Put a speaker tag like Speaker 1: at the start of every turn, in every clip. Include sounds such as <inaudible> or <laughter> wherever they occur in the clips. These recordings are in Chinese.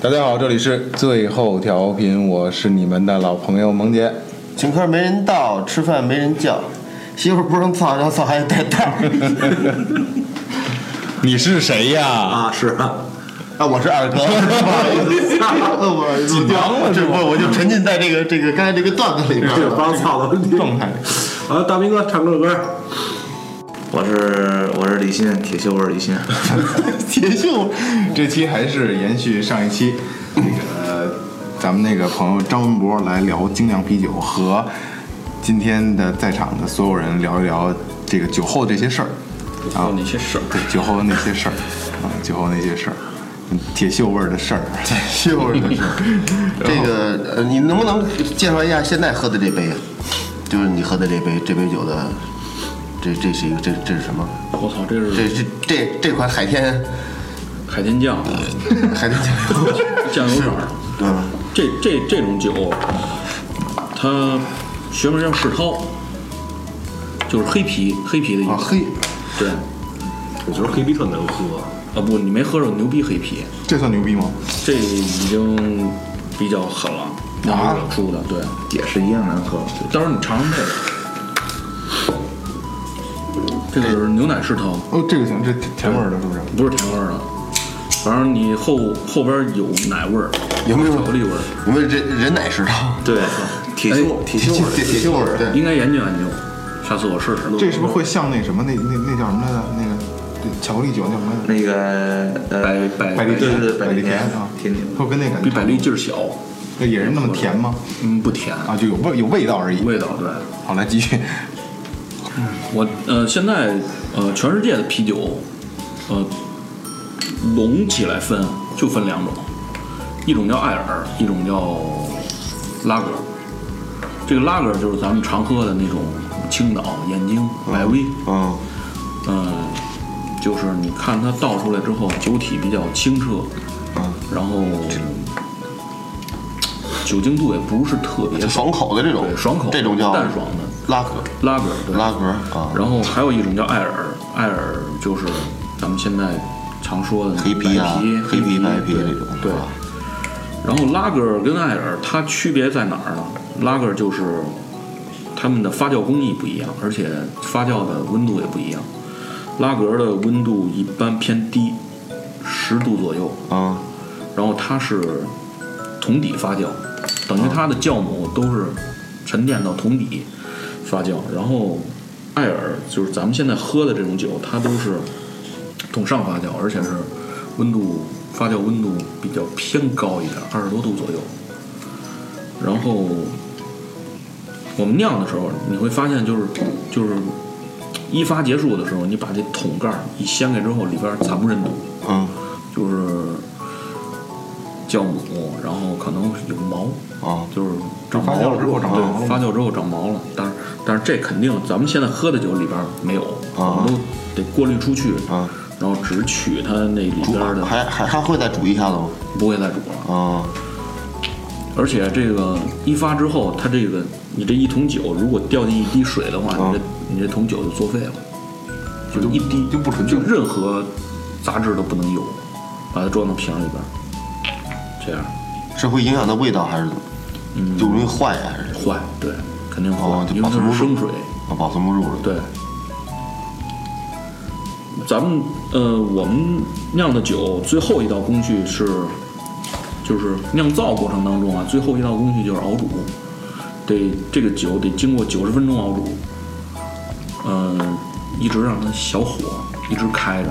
Speaker 1: 大家好，这里是最后调频，我是你们的老朋友萌姐。
Speaker 2: 请客没人到，吃饭没人叫，媳妇不能操，要操还得带道儿
Speaker 1: 你是谁呀？
Speaker 3: 啊，是啊，
Speaker 2: 啊，我是二哥，不好意思，不好意思，
Speaker 1: 紧张了
Speaker 2: 我就是
Speaker 1: 吗
Speaker 2: 我我就沉浸在这个这个刚才这个段子里边
Speaker 3: 这
Speaker 4: 嗯
Speaker 2: 了。
Speaker 3: 帮操的问题。
Speaker 1: 状 <laughs> 态
Speaker 3: 啊，大明哥唱个歌，
Speaker 5: 我是我是李欣，铁锈，我是李欣。
Speaker 2: 铁锈，
Speaker 1: 这期还是延续上一期，那个咱们那个朋友张文博来聊精酿啤酒，和今天的在场的所有人聊一聊这个酒后这些事儿，啊，
Speaker 3: 那些事儿。
Speaker 1: 对，酒后那些事儿，啊，酒后那些事儿，嗯铁锈味儿的 <laughs> 事儿，
Speaker 2: 锈味的是。这个呃你能不能介绍一下现在喝的这杯啊？就是你喝的这杯这杯酒的，这这是一个这这是什么？
Speaker 3: 我操，这
Speaker 2: 这
Speaker 3: 是
Speaker 2: 这这这款海天
Speaker 3: 海天酱，
Speaker 2: 海天酱油，
Speaker 3: 酱油卷儿。
Speaker 2: 嗯，
Speaker 3: 这这这种酒，它学名叫世涛，就是黑啤，黑啤的一
Speaker 2: 啊
Speaker 3: 种。
Speaker 2: 嘿，
Speaker 3: 对，啊
Speaker 4: 我觉得黑啤特难喝，啊
Speaker 3: 不，你没喝着牛逼黑啤，
Speaker 1: 这算牛逼吗？
Speaker 3: 这已经比较狠了，那
Speaker 2: 啊
Speaker 3: 是老叔的。对，
Speaker 5: 也是一样难喝，
Speaker 3: 到时候你尝尝这个。这个是牛奶世涛，
Speaker 1: 哦，这个行，这甜味儿的，是不是？
Speaker 3: 不是甜味儿的，反正你后后边儿有奶味儿，
Speaker 2: 有没有
Speaker 3: 巧克力味儿？
Speaker 2: 你们人人奶食堂，
Speaker 5: 对，铁锈
Speaker 3: 哎
Speaker 5: 铁锈味儿
Speaker 2: 铁锈味，对，
Speaker 3: 应该研究研究，下次我试试。
Speaker 1: 这是不是会像那什么那那那叫什么来着？那个那巧克力酒叫什么来着？
Speaker 5: 那个呃，
Speaker 3: 百
Speaker 1: 百利
Speaker 5: 对
Speaker 1: 甜，
Speaker 5: 对对百
Speaker 1: 利
Speaker 5: 利
Speaker 1: 甜
Speaker 5: 甜
Speaker 1: 啊，
Speaker 5: 甜甜
Speaker 1: 会跟那感觉
Speaker 3: 比
Speaker 1: 差
Speaker 3: 百
Speaker 1: 不多
Speaker 3: 利劲儿小，
Speaker 1: 那也是那么甜吗？
Speaker 3: 嗯，不甜，
Speaker 1: 啊，就有味有味道而已。
Speaker 3: 味道对。
Speaker 1: 好，来继续。
Speaker 3: 我呃，现在呃，全世界的啤酒，呃，拢起来分就分两种，一种叫艾尔，一种叫拉格。这个拉格就是咱们常喝的那种青岛、燕京、百威，
Speaker 2: 嗯，
Speaker 3: 嗯、就是你看它倒出来之后，酒体比较清澈，
Speaker 2: 嗯
Speaker 3: 然后酒精度也不是特别
Speaker 2: 就
Speaker 3: 高，
Speaker 2: 爽口的这种
Speaker 3: 对，，爽口，
Speaker 2: 这种叫
Speaker 3: 淡爽的
Speaker 2: 拉格，
Speaker 3: 拉格，对
Speaker 2: 拉格啊，
Speaker 3: 然后还有一种叫艾尔，艾尔就是咱们现在常说的
Speaker 2: 黑啤啊
Speaker 3: 白啤、，
Speaker 2: 黑啤、白啤
Speaker 3: 对
Speaker 2: 这种，
Speaker 3: 对
Speaker 2: 是吧，
Speaker 3: 然后拉格跟艾尔它区别在哪儿呢？拉格就是他们的发酵工艺不一样，而且发酵的温度也不一样。拉格的温度一般偏低，十度左右，
Speaker 1: 啊
Speaker 2: 嗯，
Speaker 3: 然后它是桶底发酵，等于它的酵母都是沉淀到桶底发酵。然后艾尔就是咱们现在喝的这种酒，它都是桶上发酵，而且是温度发酵温度比较偏高一点，二十多度左右。然后我们酿的时候，你会发现就是就是一发结束的时候，你把这桶盖儿一掀开之后，里边儿惨不忍睹。
Speaker 2: 嗯，
Speaker 3: 就是酵母，然后可能有毛，
Speaker 2: 啊，
Speaker 3: 就是长
Speaker 1: 发
Speaker 3: 毛
Speaker 1: 酵
Speaker 3: 了
Speaker 1: 之后长毛了
Speaker 3: 对，发酵之后长毛了。但是但是这肯定咱们现在喝的酒里边没有，
Speaker 2: 啊
Speaker 3: 我们都得过滤出去，
Speaker 2: 啊
Speaker 3: 然后只取它那里
Speaker 2: 煮
Speaker 3: 边的，
Speaker 2: 还还还会再煮一下子吗？
Speaker 3: 不会再煮了。
Speaker 2: 啊，
Speaker 3: 而且这个一发之后，它这个你这一桶酒如果掉进一滴水的话，你这你这桶酒就作废了，就一滴
Speaker 1: 啊就不纯
Speaker 3: 就
Speaker 1: 净
Speaker 3: 任何杂质都不能有，把它装到瓶里边，这样。
Speaker 2: 是会影响它味道还是怎么？
Speaker 3: 嗯
Speaker 2: 就容易坏还是？
Speaker 3: 坏，对，肯定坏，
Speaker 2: 哦就
Speaker 3: 因为
Speaker 2: 保
Speaker 3: 它
Speaker 2: 存不
Speaker 3: 是
Speaker 2: 住
Speaker 3: 生水，
Speaker 2: 啊，保存不住了。
Speaker 3: 对。咱们呃，我们酿的酒最后一道工序是，就是酿造过程当中啊，最后一道工序就是熬煮，得这个酒得经过九十分钟熬煮，嗯、一直让它小火一直开着，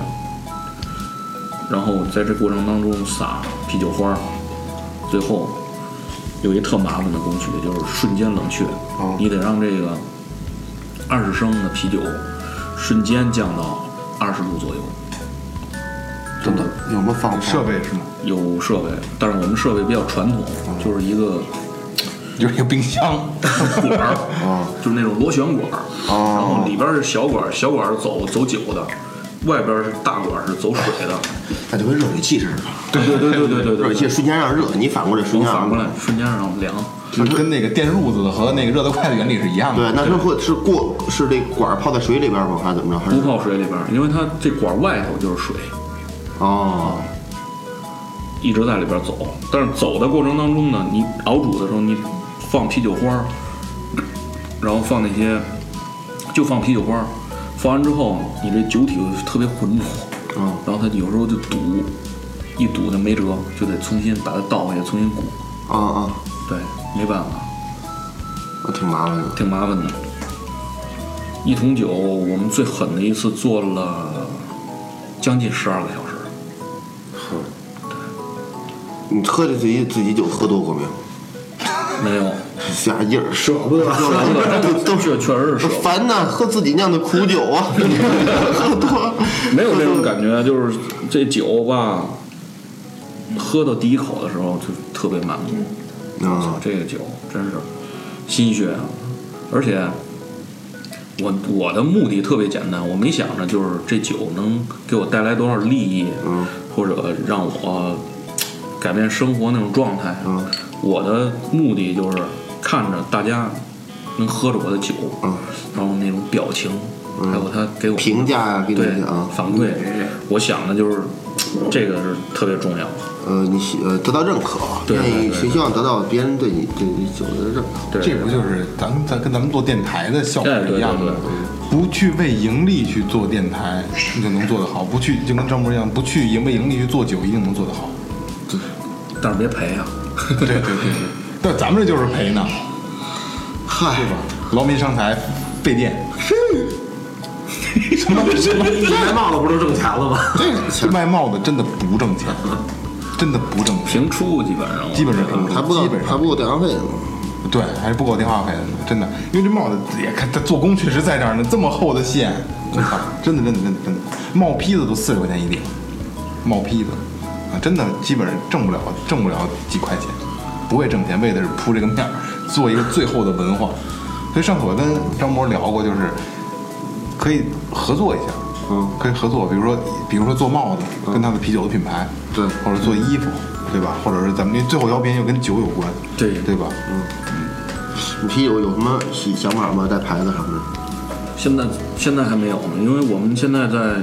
Speaker 3: 然后在这过程当中撒啤酒花儿，最后有一特麻烦的工序，就是瞬间冷却，你得让这个二十升的啤酒瞬间降到二十度左右。
Speaker 2: 真的有没有放
Speaker 1: 设？备是吗？
Speaker 3: 有设备，但是我们设备比较传统，就是一个
Speaker 1: 就是一个冰
Speaker 3: 嗯
Speaker 1: 箱。
Speaker 3: 管儿， <laughs> 就是那种螺旋管儿，然后里边儿是小管儿，小管儿是走走酒的，外边儿是大管儿是走水的。
Speaker 2: 那就跟热水器似的，
Speaker 3: 对对对对对对
Speaker 2: 热
Speaker 3: <laughs>
Speaker 2: 水
Speaker 3: 对
Speaker 2: 器瞬间让热，你反过来瞬
Speaker 3: 能
Speaker 2: 间让
Speaker 3: 反过
Speaker 2: 热。
Speaker 3: 来瞬间让凉。
Speaker 1: 就是跟那个电褥子和那个热得快的原理是一样的。
Speaker 2: 对，那是会是过是这管儿泡在水里边吗？还是怎么着？还
Speaker 3: 不
Speaker 2: 是
Speaker 3: 泡水里边儿，因为它这管儿外头就是水，
Speaker 2: 哦，
Speaker 3: 一直在里边走。但是走的过程当中呢，你熬煮的时候，你放啤酒花儿，然后放那些，就放啤酒花儿，放完之后，你这酒体会特别浑浊，
Speaker 2: 嗯，
Speaker 3: 然后它有时候就堵，一堵就没辙，就得重新把它倒回去，重新鼓，
Speaker 2: 啊啊，
Speaker 3: 对，没办法。
Speaker 2: 我挺麻烦的。
Speaker 3: 挺麻烦的。一桶酒，我们最狠的一次做了将近十二个小时，
Speaker 2: 你喝这自己自己酒喝多过没有？
Speaker 3: 没有，
Speaker 2: 下劲儿，
Speaker 4: 舍不得，
Speaker 3: 舍不得，都是确实是舍不得，
Speaker 2: 烦呐！喝自己酿的苦酒啊，喝多
Speaker 3: 没有那种感觉，就是这酒吧，喝到第一口的时候就特别满足。
Speaker 2: 啊，
Speaker 3: 这个酒真是心血啊！而且我我的目的特别简单，我没想着就是这酒能给我带来多少利益，
Speaker 2: 嗯
Speaker 3: 或者让我嘖改变生活那种状态。
Speaker 2: 嗯
Speaker 3: 我的目的就是看着大家能喝着我的酒，
Speaker 2: 嗯
Speaker 3: 然后那种表情，还有他给我
Speaker 2: 评价啊，给你
Speaker 3: 对
Speaker 2: 啊，
Speaker 3: 反馈，我想的就是嘖这个是特别重要的。
Speaker 2: 呃，你喜呃得到认可，
Speaker 3: 对对
Speaker 2: 愿意
Speaker 3: 对
Speaker 2: 谁希望得到别人对你对你酒的认可？
Speaker 3: 对，
Speaker 1: 这不就是咱们咱跟咱们做电台的效果
Speaker 3: 哎对
Speaker 1: 一样
Speaker 3: 对
Speaker 1: 的
Speaker 3: 对，
Speaker 1: 不去为盈利去做电台，
Speaker 3: <laughs>
Speaker 1: 你就能做得好；不去就跟张博一样，不去赢为盈利去做酒，一定能做得好。
Speaker 3: 但是别赔啊！
Speaker 1: 对对对对，但咱们这就是赔呢，
Speaker 2: 嗨，
Speaker 1: 劳民伤财，费
Speaker 2: <laughs>
Speaker 1: 电。
Speaker 4: 卖帽子不都挣钱了吗？
Speaker 1: 这卖帽子真的不挣钱，真的不挣钱，
Speaker 3: 评出基本上我
Speaker 1: 基本上平
Speaker 2: 还不
Speaker 1: 基
Speaker 2: 够
Speaker 1: 本
Speaker 2: 还
Speaker 1: 上
Speaker 2: 不够电话费呢。
Speaker 1: 对，还是不够电话费的呢，真的。因为这帽子也看，它做工确实在这儿呢，这么厚的线，我靠，真的真的真的真的，帽坯子都四十块钱一顶，帽坯子啊，真的基本上挣不了挣不了几块钱，不会挣钱，为的是铺这个面儿，做一个最后的文化。所以上次我跟张博聊过，就是可以合作一下，
Speaker 2: 嗯，
Speaker 1: 可以合作，比如说比如说做帽子，跟他的啤酒的品牌，
Speaker 2: 对
Speaker 1: 或者做衣服，对吧？或者是咱们因为最后腰边又跟酒有关，
Speaker 3: 对
Speaker 1: 对吧？
Speaker 2: 你啤酒有什么喜想法吗？带牌子什么的？
Speaker 3: 现在现在还没有呢，因为我们现在在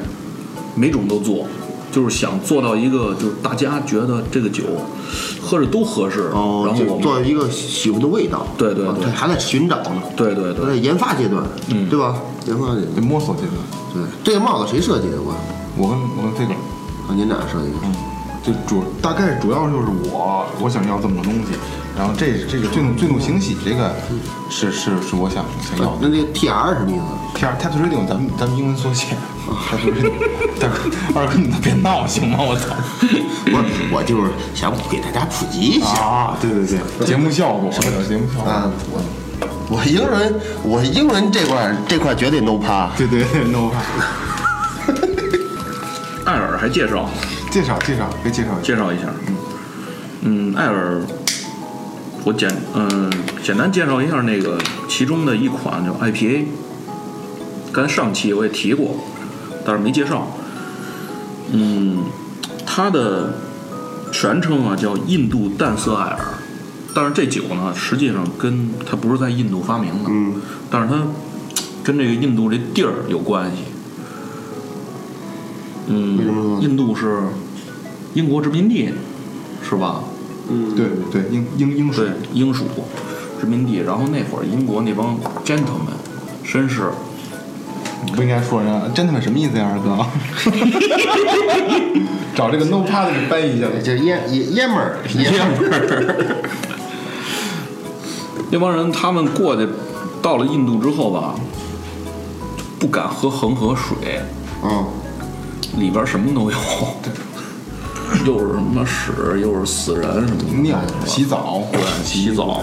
Speaker 3: 每种都做，就是想做到一个就是大家觉得这个酒喝着都合适，
Speaker 2: 哦
Speaker 3: 然，后
Speaker 2: 就
Speaker 3: 我们
Speaker 2: 做一个喜欢的味道。
Speaker 3: 对对
Speaker 2: 啊
Speaker 3: 对
Speaker 2: 它还在寻找呢。
Speaker 3: 对对
Speaker 2: 还
Speaker 3: 对
Speaker 2: 在研发阶段，
Speaker 3: 嗯
Speaker 2: 对吧？研发阶
Speaker 1: 得
Speaker 2: 段。
Speaker 1: 摸索阶段。
Speaker 2: 对，这个帽子谁设计的？我
Speaker 1: 我跟我跟飞哥，
Speaker 2: 啊，您俩设计的。
Speaker 1: 就主大概主要就是我我想要这么个东西，然后这这个醉怒醉怒行喜这个是是是我想想
Speaker 3: 哦
Speaker 1: 要的。
Speaker 2: 那这个 T R 什么意思？
Speaker 1: T R Type Reading 咱们咱们英文缩写 Type Reading，大 <laughs> 哥二哥你别闹行吗？我 <laughs> 操！
Speaker 2: 我我就是想给大家普及一下。
Speaker 1: 啊，对对对，节目效果什么节目效
Speaker 2: 啊
Speaker 1: 果？，
Speaker 2: 我我英文我英文这块儿这块儿绝对 no 趴。
Speaker 1: 对对对，no 怕。
Speaker 3: 艾尔还介绍
Speaker 1: 介绍介绍，给介绍一下。
Speaker 3: 介绍一下，嗯，嗯艾尔，我简嗯、简单介绍一下那个其中的一款叫 IPA，刚才上期我也提过，但是没介绍，嗯，它的全称啊叫印度淡色艾尔，但是这酒呢，实际上跟它不是在印度发明的，
Speaker 2: 嗯，
Speaker 3: 但是它跟这个印度这地儿有关系。
Speaker 2: 为什么
Speaker 3: 嗯，
Speaker 2: 呢
Speaker 3: 印度是英国殖民地，是吧？
Speaker 1: 对对，英英英
Speaker 3: 对
Speaker 1: 水，
Speaker 3: 英属殖民地。然后那会儿英国那帮 gentlemen 绅士，
Speaker 1: 不应该说人家 gentleman 什么意思呀，二 <laughs> 哥？找这个 no 怕的给翻译一下呗。
Speaker 2: 就是爷爷爷们
Speaker 1: <laughs>
Speaker 2: 儿，爷们儿，
Speaker 3: 那帮人他们过去到了印度之后吧，就不敢喝恒河水，
Speaker 2: 嗯，
Speaker 3: 里边什么都有， <laughs> 又是什么屎，又是死人什么的
Speaker 1: 尿、洗澡，
Speaker 3: 对，洗澡。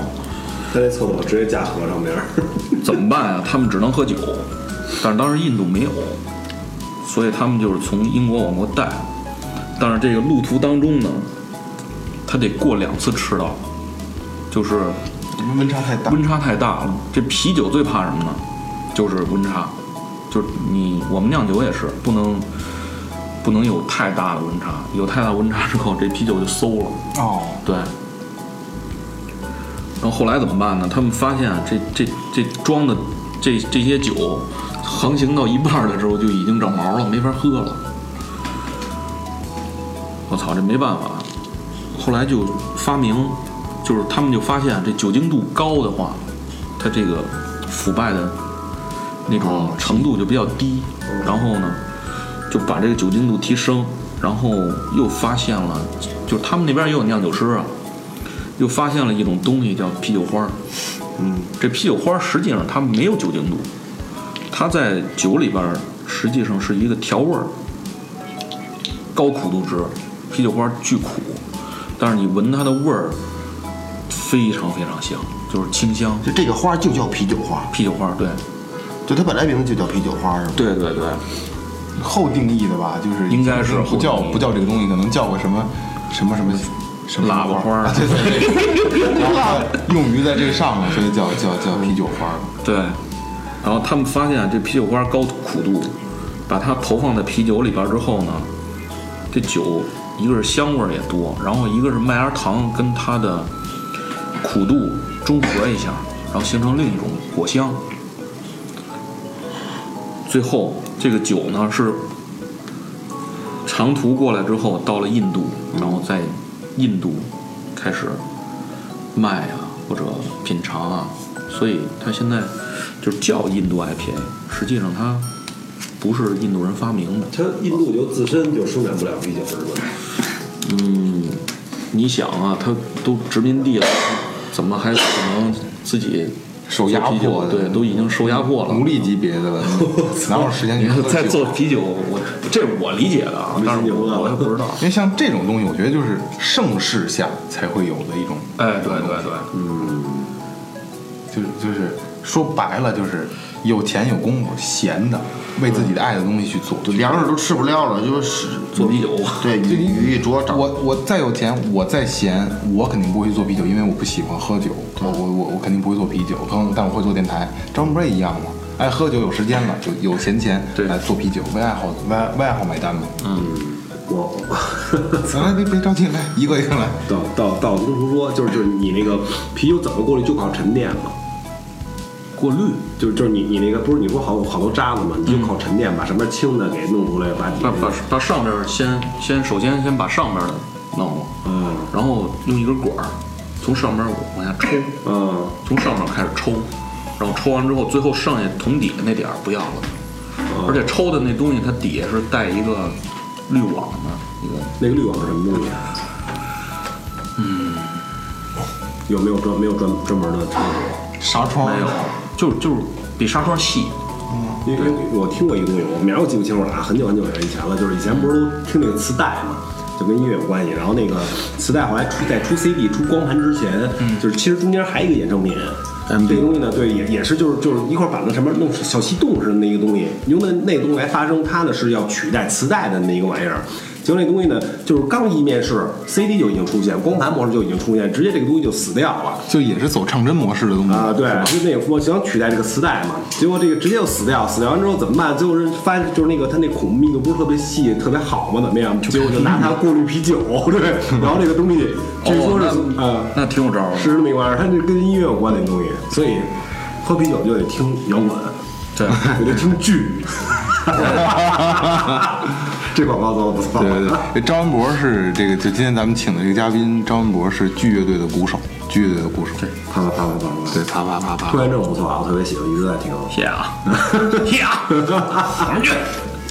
Speaker 4: 他那厕所直接架河上 <laughs> 边儿，
Speaker 3: 怎么办啊呀？他们只能喝酒，但是当时印度没有，所以他们就是从英国往过带。但是这个路途当中呢，他得过两次赤道，就是
Speaker 1: 温差太大。
Speaker 3: 温差太大了。这啤酒最怕什么呢？就是温差，就是你我们酿酒也是不能不能有太大的温差，有太大温差之后，这啤酒就馊了。
Speaker 1: 哦，
Speaker 3: 对。然后后来怎么办呢？他们发现啊这这这装的这这些酒，航行到一半儿的时候就已经长毛了，没法喝了。我操，这没办法。后来就发明，就是他们就发现啊这酒精度高的话，它这个腐败的那种程度就比较低。然后呢，就把这个酒精度提升，然后又发现了，就是他们那边也有酿酒师啊，又发现了一种东西叫啤酒花。嗯，这啤酒花实际上它没有酒精度，它在酒里边儿实际上是一个调味儿，高苦度值，啤酒花巨苦，但是你闻它的味儿非常非常香，就是清香。
Speaker 2: 就这个花就叫啤酒花，
Speaker 3: 啤酒花，对，
Speaker 2: 就它本来名字就叫啤酒花是吧？
Speaker 3: 对对对，
Speaker 1: 后定义的吧，就是
Speaker 3: 应该是
Speaker 1: 不叫
Speaker 3: 后定义
Speaker 1: 不叫这个东西，可能叫个什么什么什么什么
Speaker 3: 喇叭花儿
Speaker 1: 啊对对
Speaker 3: <laughs>
Speaker 1: 对，然后它用于在这个上面，所以叫叫叫啤酒花儿。
Speaker 3: 对。然后他们发现这啤酒花高苦度，把它投放在啤酒里边儿之后呢，这酒一个是香味儿也多，然后一个是麦芽糖跟它的苦度中和一下，然后形成另一种果香。最后这个酒呢是长途过来之后到了印度，然后在印度开始卖啊或者品尝啊，所以它现在就是叫印度 IPA，实际上它不是印度人发明的。
Speaker 4: 它印度就自身就生产不了啤酒是吧？
Speaker 3: 你想啊，他都殖民地了，怎么还可能自己
Speaker 1: 受压迫的
Speaker 3: 对，都已经受压迫了。
Speaker 1: 奴隶级别
Speaker 3: <laughs>
Speaker 1: 的了，哪有时间去
Speaker 3: 你
Speaker 1: 喝
Speaker 3: 看
Speaker 1: 酒啊
Speaker 3: 在做啤酒，我这是我理解的啊，但是我我也
Speaker 1: <laughs>
Speaker 3: 不知道。
Speaker 1: 因为像这种东西，我觉得就是盛世下才会有的一种，
Speaker 3: 哎，对对对，
Speaker 1: 就是就是说白了就是有钱有功夫，闲的为自己的爱的东西去做。
Speaker 2: 就粮食都吃不了了，就是
Speaker 3: 做啤酒
Speaker 1: 嗯
Speaker 2: 对鱼一啄长
Speaker 1: 我我再有钱，我再闲，我肯定不会做啤酒，因为我不喜欢喝酒。我我我我肯定不会做啤酒，更但我会做电台。张博也一样嘛，爱喝酒，有时间了，有有闲钱
Speaker 3: 对
Speaker 1: 来做啤酒，为爱好为爱为爱好买单嘛。
Speaker 4: 我
Speaker 1: 来别别着急，来一个一个来。
Speaker 4: <laughs> 到到到跟胡说，就是就是你那个啤酒怎么过滤就靠沉淀嘛，
Speaker 3: <laughs> 过滤，
Speaker 4: 就是就是你你那个不是你不是好好多渣子嘛，你就靠沉淀把上面青的给弄出来，把底
Speaker 3: 把
Speaker 4: 下
Speaker 3: 把把上边儿先先首先先把上边儿的弄了，
Speaker 4: 嗯
Speaker 3: 然后用一根管儿从上边儿往下抽，
Speaker 4: 嗯
Speaker 3: 从上面开始抽，然后抽完之后，最后剩下桶底的那点儿不要了，而且抽的那东西它底下是带一个滤网的一个，
Speaker 4: 那个滤网是什么东西？啊嗯，有没有专没有专专门的称呼？
Speaker 1: 纱窗
Speaker 3: 没有，就是就是比纱窗细，
Speaker 4: 因为因为我听过一个东西，我秒记不清楚了啊，很久很久以前了，就是以前不是都听那个磁带嘛。就跟音乐有关系，然后那个磁带后来出在出 CD、出光盘之前，就是其实中间还有一个衍生品，这个东西呢，对，也也是就是就是一块板子上面弄小气洞似的那个东西，用那那个东西来发声，它呢是要取代磁带的那一个玩意儿，结果那东西呢，就是刚一面世，CD 就已经出现，光盘模式就已经出现，直接这个东西就死掉了。
Speaker 1: 就也是走唱针模式的东西
Speaker 4: 啊，对，就那个我想取代这个磁带嘛，结果这个直接就死掉，死掉完之后怎么办？最后是发现就是那个它那孔密度不是特别细，特别好嘛，怎么样？结果就拿它过滤啤酒， <laughs> 对，然后这个东 <laughs> 西据说是
Speaker 3: 哦
Speaker 4: 啊，
Speaker 3: 那挺有招儿的，
Speaker 4: 是这么一个玩意儿，它这跟音乐有关的东西，所以喝啤酒就得听摇滚，
Speaker 3: 对，
Speaker 4: 也得听 <laughs> 剧。这广告做的不错，
Speaker 1: 对对对，张文博是这个，就今天咱们请的这个嘉宾，张文博是巨乐队的鼓手，巨乐队的鼓手。对，
Speaker 4: 啪啪啪啪 <laughs> 啪啪，
Speaker 1: 对，啪啪啪啪。
Speaker 4: 拖延症不错啊，我特别喜欢，一直在听。
Speaker 3: 谢啊，谢啊，王俊，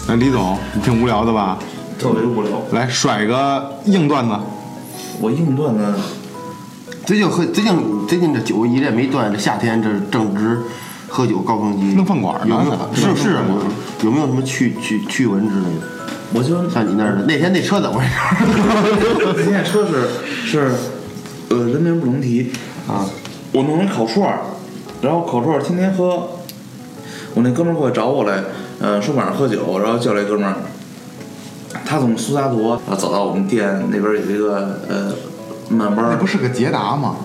Speaker 1: 那李总，你挺无聊的吧？
Speaker 5: 特别无聊。
Speaker 1: 来甩个硬段子，
Speaker 5: 我硬段呢，
Speaker 2: 最近喝最近最近这酒一直也没断，这夏天这正值喝酒高峰期，
Speaker 1: 弄饭馆儿呢
Speaker 2: 有没有？是是有有没有什么驱驱驱蚊之类的？
Speaker 5: 我就
Speaker 2: 像你那儿的那天那车怎么回事？
Speaker 5: 那天车是是，呃，人名不能提啊。我弄成烤串儿，然后烤串儿天天喝。我那哥们儿过来找我来，呃，说晚上喝酒，然后叫来哥们儿，他从苏萨陀啊走到我们店那边儿有一个呃慢慢
Speaker 1: 那
Speaker 5: 儿
Speaker 1: <laughs> 不是个捷达吗？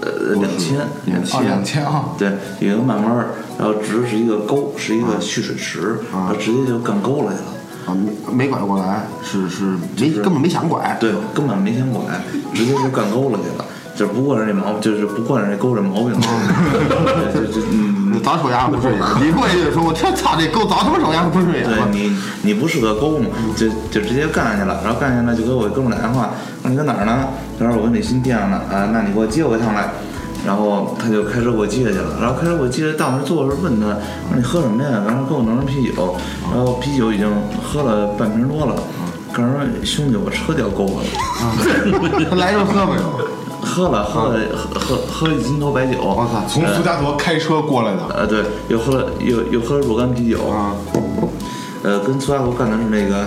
Speaker 5: 呃两千两
Speaker 1: 啊，
Speaker 5: 千
Speaker 1: 两千啊。
Speaker 5: 对，有一个慢慢儿，然后直是一个沟，是一个蓄水池，然后直接就干沟来了。
Speaker 2: 啊，没没拐过来，是是没根本没想拐。
Speaker 5: 对，根本没想管，直接就干沟了去了。就不惯人这毛，就是不惯人这沟这毛病。对就就嗯，
Speaker 2: 早手压不顺眼，你过去就说，我天，操，这狗早他妈手压不顺啊眼
Speaker 5: 对
Speaker 2: 了。
Speaker 5: 你你不适合沟嘛，就就直接干下去了。然后干下来就给我一哥们儿打电话，说你搁哪儿呢？他说我跟你新店上呢，啊，那你给我接我一趟来。然后他就开车给我接去了，然后开车给我接到那儿坐的时候问他，我说你喝什么呀？然后跟我弄瓶啤酒，然后啤酒已经喝了半瓶多了，告诉说兄弟我车就要够了。
Speaker 2: 他 <laughs> 来就喝没有？
Speaker 5: 喝了喝了喝喝了一斤头白酒，呃我
Speaker 2: 操
Speaker 1: 从苏家坨开车过来的，
Speaker 5: 呃，对，又喝了又又喝了若干啤酒啊，呃，跟苏家头干的是那个，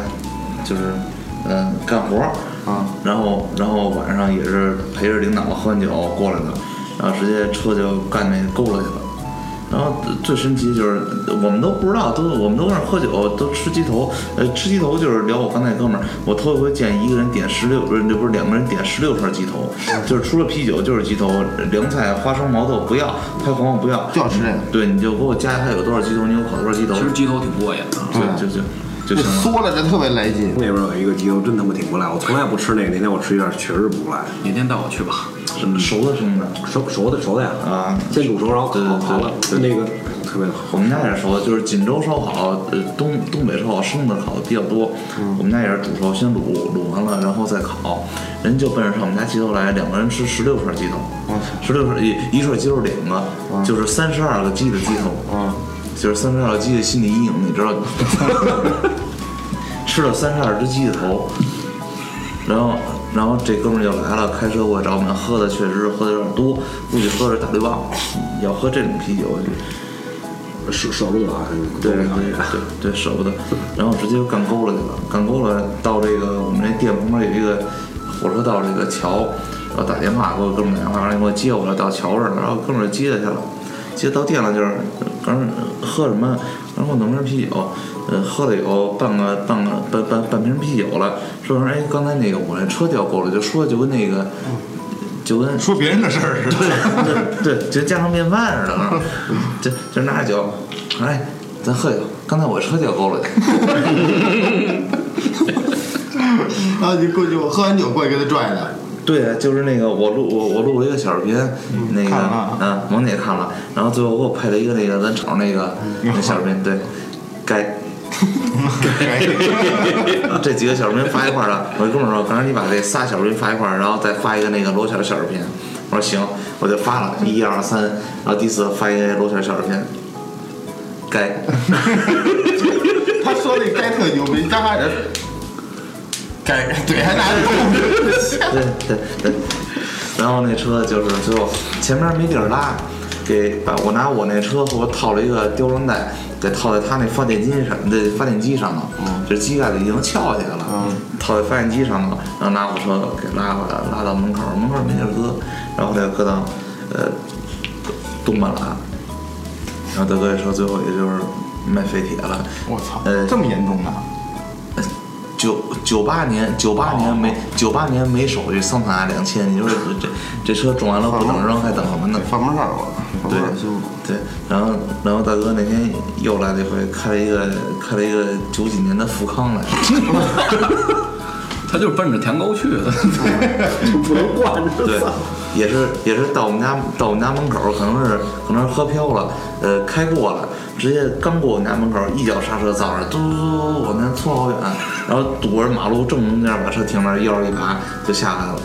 Speaker 5: 就是呃干活儿啊，然后然后晚上也是陪着领导喝完酒过来的，然后直接车就干那勾了去了。然后最神奇就是，我们都不知道，都我们都在那儿喝酒，都吃鸡头。呃，吃鸡头就是聊我刚才那哥们儿，我头一回见一个人点十六，不是不是两个人点十六串鸡头，就是除了啤酒就是鸡头，凉菜、花生、毛豆不要，拍黄瓜不要，
Speaker 2: 就要吃这个
Speaker 5: 对，你就给我加它有多少鸡头，你给我烤多少鸡头，
Speaker 3: 其实鸡头挺过瘾的。
Speaker 5: 就就就就
Speaker 2: 就
Speaker 5: 行了。
Speaker 2: 缩了着特别来劲。
Speaker 4: 那边有一个鸡头真他妈挺不赖，我从来不吃那个，那天我吃一下确实不赖，
Speaker 3: 哪天带我去吧？
Speaker 5: 熟的生的，
Speaker 4: 熟熟的熟的呀，
Speaker 5: 啊
Speaker 4: 先煮熟然后烤
Speaker 5: 对对
Speaker 4: 烤了，就那个特别好。
Speaker 5: 我们家也是熟的，就是锦州烧烤，呃，东东北烧烤生的烤的比较多。我们家也是煮熟，先卤，卤完了然后再烤。人就奔着上我们家鸡头来，两个人吃十六串鸡头，十六串一一串鸡肉两个，就是三十二个鸡的鸡头，就是三十二个鸡的心理阴影，你知道？ <laughs> 吃了三十二只鸡的头，然后然后这哥们儿就来了，开车过来找我们，喝的确实喝的有点多，估计喝的是大绿棒，要喝这种啤酒。
Speaker 4: 舍舍不得啊，
Speaker 5: 对
Speaker 4: 受不
Speaker 5: 对
Speaker 4: 了这个
Speaker 5: 对，舍不得，然后直接就干沟了去了，干沟了到这个我们这店旁边有一个火车道这个桥，然后打电话给我哥们儿打电话，让你给我接我来到桥这儿了，然后哥们儿接去了，接到店了就是，刚喝什么，然后弄瓶啤酒，呃，喝了有半个半个半半半瓶啤酒了，说说哎，刚才那个我那车掉沟了，就说就跟那个就跟
Speaker 1: 说别人的事儿似的。
Speaker 5: <laughs> 对对，就家常便饭似的，啊，就就拿着酒，哎，咱喝酒。刚才我车掉沟了去，
Speaker 2: 然后你过去，我喝完酒过去给他拽的，
Speaker 5: <laughs> 对啊，就是那个我录我我录了一个小视频，那个
Speaker 1: 看了啊
Speaker 5: 嗯，萌姐看了，然后最后给我配了一个那个咱厂那个
Speaker 1: 嗯
Speaker 5: 那小视频，对，该。啊这几个小视频发一块儿了，我就跟我说，刚才你把这仨小视频发一块儿，然后再发一个那个罗圈小视频。我说行，我就发了，一二三，然后第四发一个罗圈小视频，该。
Speaker 2: 他说那该特牛逼，加上人， <laughs> 该怼还拿着
Speaker 5: 对对对，然后那车就是最后前面没地儿拉，给把我拿我那车后边套了一个吊装带，给套在他那发电机上，那发电机上了，
Speaker 1: 嗯
Speaker 5: 这机盖子已经翘起来了，套在发电机上了，然后拿我车给拉过来，拉到门口，门口没地儿搁，然后再搁到呃东半拉，然后德哥这车最后也就是卖废铁了，
Speaker 1: 我操
Speaker 5: 呃，
Speaker 1: 这么严重的？
Speaker 5: 九九八年，九八年
Speaker 2: 哦
Speaker 5: 没九八年没手续，桑塔纳两千，你说这这车种完了不等扔，还等什么呢？
Speaker 2: 放呃不上我，哦放不
Speaker 5: 对
Speaker 2: 上胸。
Speaker 5: 对，然后然后大哥那天又来了一回，开了一个开了一个九几年的富康来，
Speaker 3: 他就是奔着舔狗去的。
Speaker 4: 不能惯着。
Speaker 5: 对，也是也是到我们家到我们家门口，可能是可能是喝飘了，呃，开过了，直接刚过我们家门口，一脚刹车，造着嘟嘟嘟嘟，往前搓好远，然后堵着马路正中间，把车停那儿，腰一拔就下来了，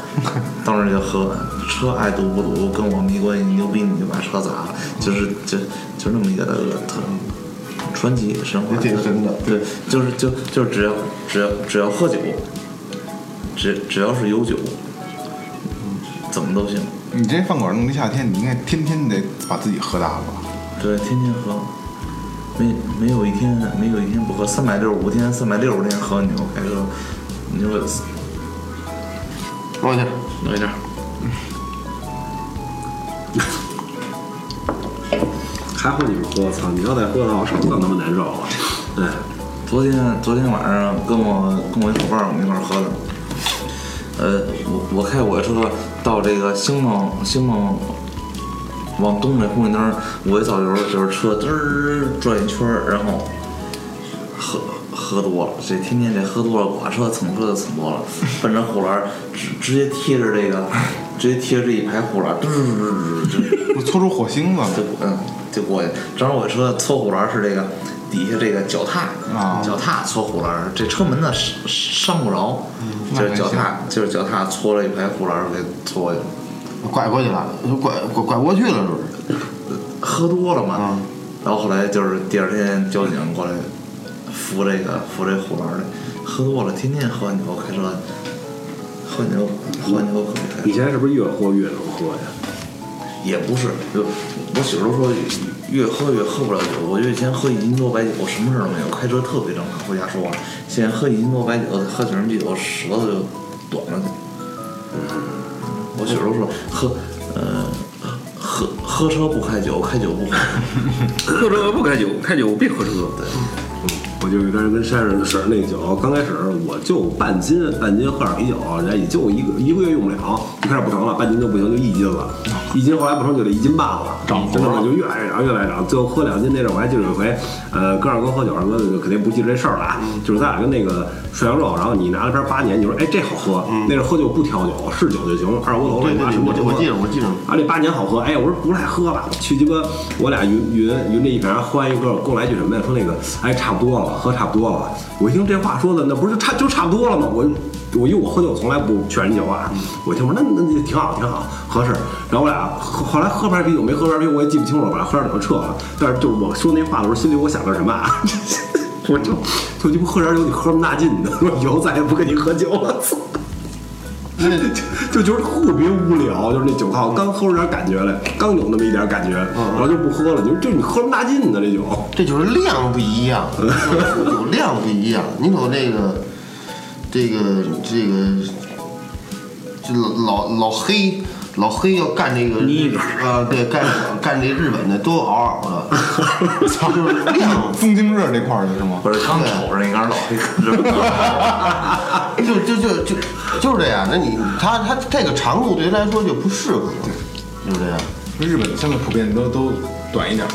Speaker 5: 到那儿就喝，车爱堵不堵跟我没关系，牛逼你就把车砸了，就是就就那么一个特。传奇神话，
Speaker 2: 这真的
Speaker 5: 对，就是就就是只要只要只要喝酒，只只要是有酒，怎么都行。
Speaker 1: 你这饭馆弄一夏天，你应该天天得把自己喝大了吧？
Speaker 2: <laughs>
Speaker 5: 对，天天喝，没没有一天没有一天不喝，三百六十五天，三百六十天喝，你就开车，你就
Speaker 2: 我去，
Speaker 5: 弄一点。
Speaker 4: 还好你们喝，操！你要再喝的话，我手更他妈难受了。哎，
Speaker 5: 昨天昨天晚上跟我跟我一伙伴儿我们一块儿喝的，呃，我我开我车到这个兴旺兴旺往东这红绿灯儿，我一造油就是车嘚儿转一圈儿，然后喝喝多了，这天天这喝多了，剐车蹭车就蹭多了， <laughs> 奔着护栏儿直直接贴着这个，直接贴着这一排护栏儿，嘚儿嘚儿嘚儿嘚儿嘚儿。
Speaker 1: 我搓出火星子了
Speaker 5: 就。嗯就过去，正好我车搓护栏是这个底下这个脚踏
Speaker 1: 啊
Speaker 5: 脚踏搓护栏儿，这车门呢伤伤不着，就是脚踏就是脚踏搓了一排护栏儿给搓过去了。
Speaker 2: 拐过去了，拐拐拐不过去了，是不是？
Speaker 5: 喝多了嘛，然后后来就是第二天交警过来扶这个扶这护栏儿的，喝多了，天天喝牛开车，喝牛喝牛可以开
Speaker 4: 你现在是不是越喝越能喝呀？
Speaker 5: 也不是，就我媳妇儿都说越喝越喝不了酒。我就以前喝一斤多白酒，我什么事儿都没有，开车特别正常。回家说话，现在喝一斤多白酒，喝几瓶啤酒，舌头就短了。我媳妇儿都说喝，呃，喝喝车不开酒，开酒不
Speaker 3: <laughs> 喝
Speaker 5: 喝
Speaker 3: 车不开酒，开酒别喝车。
Speaker 4: 我就有点跟山上的事儿那酒，刚开始我就半斤半斤喝点啤酒，人家也就一个一个月用不了，一开始不成了，半斤就不行，就一斤了，一斤后来不成就得一斤半了，
Speaker 2: 嗯
Speaker 4: 真的我就越来越长，越来越长，最后喝两斤那阵儿，我还记得有一回，呃，跟二哥喝酒，二哥就肯定不记得这事儿了啊，就是咱俩跟那个涮羊肉，然后你拿了瓶八年，你说哎这好喝，那阵儿喝酒不挑酒，是酒就行，二锅头了，
Speaker 2: 对
Speaker 4: 你
Speaker 2: 对
Speaker 4: 拿
Speaker 2: 对，
Speaker 4: 什么
Speaker 2: 我
Speaker 4: 酒
Speaker 2: 我记着，我记着。
Speaker 4: 啊，这八年好喝，哎，我说不赖喝吧，去鸡巴，我俩云云云这一瓶，喝完一个，给我来句什么呀？说那个，哎，差不多了，喝差不多了。我一听这话说的，那不是差就差不多了吗？我我因为我喝酒从来不劝人酒啊，我听我说那那那挺好挺好，合适。然后我俩喝后来喝瓶啤酒没喝瓶啤酒我也记不清楚了，反正喝点酒就撤了。但是就是我说那话的时候，心里我想的是什么啊？ <laughs> 我就就鸡巴喝点酒，你喝什么大劲的？我以后再也不跟你喝酒了，操！ <laughs> 就就是特别无聊，就是那酒靠刚喝出点感觉来，刚有那么一点感觉，然后就不喝了。你说这你喝什么大劲呢？这 <laughs> 酒，
Speaker 2: 这就是量不一样，有量不一样。你瞅这个，这个这个，这老老老黑老黑要干这个
Speaker 3: 你
Speaker 2: 啊，对，干干这日本的都嗷嗷的，就是量，
Speaker 1: 风清热这块儿的是吗？
Speaker 5: 不是刚瞅着那杆老黑
Speaker 2: 就就就就就是这样。那你他他这个长度对他来说就不适合，就是这样。
Speaker 1: 日本现在普遍都都短一点儿，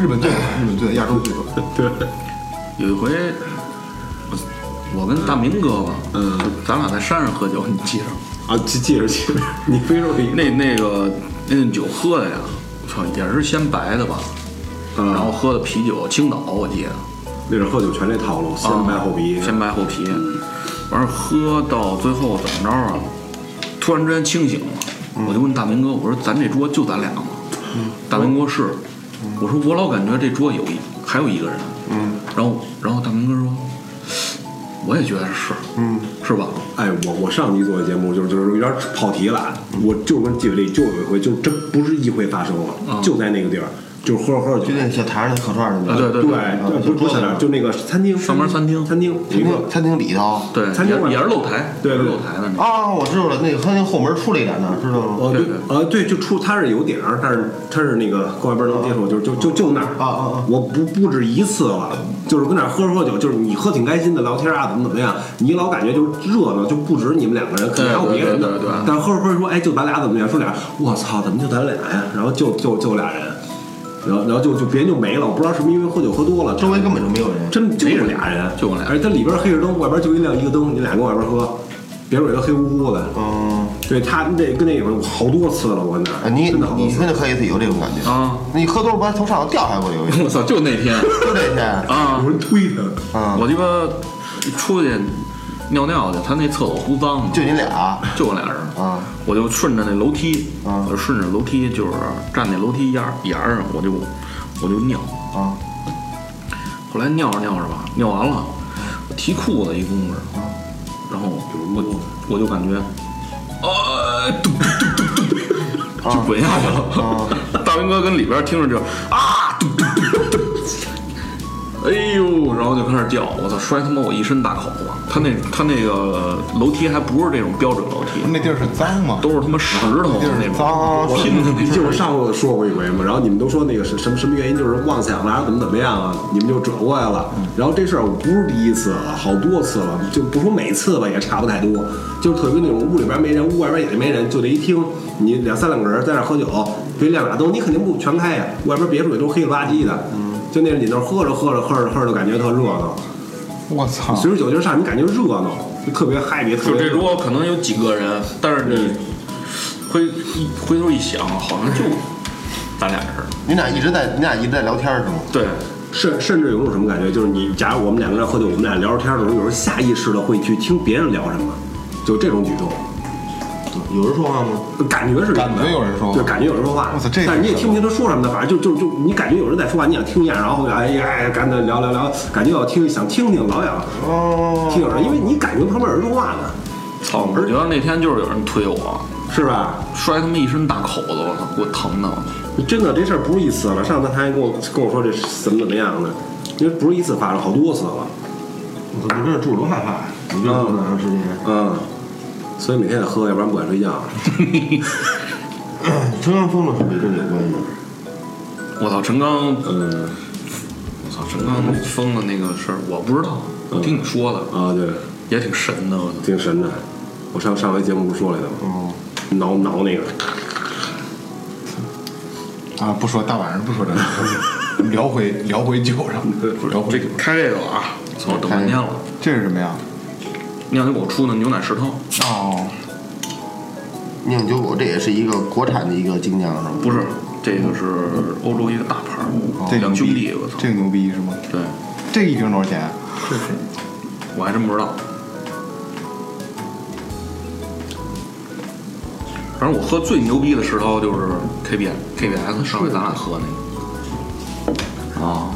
Speaker 1: 日本最短，日本最短，亚洲最
Speaker 2: <laughs>
Speaker 1: 短。
Speaker 3: 有一回，我我跟大明哥吧，嗯，咱俩在山上喝酒，你记着吗。
Speaker 4: 啊，记记着记着， <laughs> 你非说一
Speaker 3: 那那个那顿酒喝的呀，我操，也是先白的吧，
Speaker 4: 嗯
Speaker 3: 然后喝的啤酒，青岛我记得，
Speaker 4: 那阵喝酒全这套路，嗯先白后啤，
Speaker 3: 先白后啤，完事儿喝到最后怎么着啊？突然之间清醒了，
Speaker 4: 嗯
Speaker 3: 我就问大明哥，我说咱这桌就咱俩吗？大明哥是，
Speaker 4: 嗯
Speaker 3: 我说我老感觉这桌有一还有一个人，嗯，然后然后大明哥说，我也觉得是，嗯，是吧？
Speaker 4: 哎，我我上期做的节目就是就是有点跑题了，我就跟记得这就有一回，就真不是一回发生了，就在那个地儿，嗯就是喝着喝着
Speaker 2: 就
Speaker 4: 酒。
Speaker 2: 那小台上那烤串儿那
Speaker 3: 啊
Speaker 2: 个，
Speaker 3: 对对
Speaker 4: 对，
Speaker 2: 嗯
Speaker 4: 不是不是在那儿，就那个餐厅，
Speaker 3: 上班餐厅
Speaker 4: 餐厅，有一
Speaker 2: 餐厅餐
Speaker 4: 个
Speaker 2: 厅里头。
Speaker 3: 对，
Speaker 4: 餐厅
Speaker 3: 也
Speaker 4: 外
Speaker 3: 也是露台，
Speaker 4: 对
Speaker 3: 也是
Speaker 4: 对
Speaker 3: 露台的那
Speaker 2: 啊，我知道了，那个餐厅后门出了一盏呢，知道吗？
Speaker 4: 哦，
Speaker 3: 对
Speaker 4: 对
Speaker 3: 对，
Speaker 4: 呃，对，就出它是有顶儿，但是它是那个跟外边能接触，就是就就就那儿
Speaker 2: 啊啊啊
Speaker 4: 我不不止一次了，就是跟那儿喝着喝酒，就是你喝挺开心的，聊天啊，怎么怎么样，你老感觉就是热闹，就不止你们两个人，可能还有别人
Speaker 3: 对对
Speaker 4: 的
Speaker 3: 对对，
Speaker 4: 但是喝着喝着说，哎，就咱俩怎么样？说俩，我操，怎么就咱俩呀？然后就就就俩人，然后然后就就别人就没了，我不知道是不是因为喝酒喝多了，
Speaker 2: 周围根本就没有人。
Speaker 4: 真就我俩人，
Speaker 3: 就我俩
Speaker 4: 而且它里边黑着灯，外边就一亮一个灯，你俩跟外边喝，别人也都黑乎乎的，
Speaker 2: 嗯，
Speaker 4: 对他那跟那个好多次了，我那
Speaker 2: 啊你
Speaker 4: 真的好多
Speaker 2: 你
Speaker 4: 次。
Speaker 2: 真的喝一次有这种感觉
Speaker 3: 啊？ <laughs>
Speaker 2: 你喝多了不还从上头掉下过有一次？
Speaker 3: 我操，就那天
Speaker 2: 就这天，
Speaker 3: 啊，
Speaker 4: 有人推他，
Speaker 2: 嗯，
Speaker 3: 我鸡巴出去尿尿去，他那厕所呼脏
Speaker 2: 就
Speaker 3: 的，
Speaker 2: 你俩，
Speaker 3: 就我俩人
Speaker 2: 啊，
Speaker 3: 我就顺着那楼梯，
Speaker 2: 啊
Speaker 3: 我就顺着楼梯就是站那楼梯沿儿沿儿上，我就我就尿，
Speaker 2: 啊，
Speaker 3: 后来尿着尿着吧，尿完了，我提裤子一公分，
Speaker 2: 啊
Speaker 3: 然后我我就感觉，啊，嘟嘟嘟嘟嘟，就滚下去了。大明哥跟里边听着就啊，嘟嘟嘟嘟嘟，哎呦，然后就开始叫，我操，摔他妈我一身大口子。他那他那个楼梯还不是这种标准楼梯，
Speaker 1: 那地儿是脏吗？
Speaker 3: 都是他妈石头
Speaker 1: 地儿
Speaker 3: 那
Speaker 1: 是
Speaker 3: 种。
Speaker 1: 脏，
Speaker 3: 拼的那
Speaker 4: 就我上回说过一回嘛，然后你们都说那个是什么什么原因，就是妄想啦，怎么怎么样啊，你们就转过来了。然后这事儿我不是第一次了，好多次了，就不说每次吧，也差不太多，就是特别那种屋里边没人，屋外边也没人，就这一厅，你两三两个人在那儿喝酒，别亮俩灯，你肯定不全开呀、外边别处也都黑了吧唧的，就那你那儿喝着喝着喝着喝着，感觉特热闹，
Speaker 1: 我操！
Speaker 4: 随着酒劲儿上，你感觉热闹，就特别嗨，别特
Speaker 3: 就
Speaker 4: 别
Speaker 3: 这
Speaker 4: 热闹
Speaker 3: 桌可能有几个人，但是你回一回头一想，好像就咱俩人儿。
Speaker 2: 你俩一直在，你俩一直在聊天是吗？
Speaker 3: 对，
Speaker 4: 甚甚至有种什么感觉，就是你假如我们两个人喝酒，我们俩聊着天的时候，有时候下意识的会去听别人聊什么，就这种举动。
Speaker 2: 有人说话吗？
Speaker 4: 感觉是这样的
Speaker 1: 感觉有人说话
Speaker 4: 对，感觉有人说话。
Speaker 1: 我操这
Speaker 4: 但是你也听不清他说什么的，反正就就就你感觉有人在说话，你想听一下，然后哎呀，哎赶紧聊聊聊，感觉要听想听听，老想
Speaker 2: 哦，
Speaker 4: 听有人，因为你感觉旁边有人说话呢，操，
Speaker 3: 我觉得那天就是有人推我，
Speaker 4: 是吧？
Speaker 3: 摔他妈一身大口子，我操，给我疼的。
Speaker 4: 真的这事儿不是一次了，上次他还跟我跟我说这怎么怎么样的，因为不是一次发生，好多次了，
Speaker 2: 我怎么这住着害怕？你这住那么长时间？
Speaker 4: 嗯，所以每天得喝，要不然不敢睡觉。
Speaker 2: <laughs> 中央风了可跟这有关系。
Speaker 3: 我操，陈刚，
Speaker 4: 嗯
Speaker 3: 我操，陈刚疯了那个事儿，我不知道，我听你说的，
Speaker 4: 啊，对，
Speaker 3: 也挺神的。我操，
Speaker 4: 挺神的。我上上回节目不是说来的吗？
Speaker 2: 哦
Speaker 4: 挠挠
Speaker 2: <laughs>
Speaker 4: 那个，
Speaker 1: 啊，不说大晚上不说这个， <laughs> 聊回聊回酒上，聊回
Speaker 3: 这
Speaker 1: 酒
Speaker 3: 个开这个啊，操，等半天了。
Speaker 1: 这是什么呀？
Speaker 3: 酿酒狗出的牛奶石头，
Speaker 1: 哦，
Speaker 2: 酿酒狗这也是一个国产的一个精酿是吗？
Speaker 3: 不是，这个是欧洲一个大牌儿，
Speaker 1: 这
Speaker 3: 两
Speaker 1: 牛
Speaker 3: 兄
Speaker 1: 逼
Speaker 3: 弟，我操，
Speaker 1: 这牛逼是吗？
Speaker 3: 对，
Speaker 1: 这一瓶多少钱？啊
Speaker 3: 我还真不知道。反正我喝最牛逼的石头就是 K B K B S，上回咱俩喝那个。啊，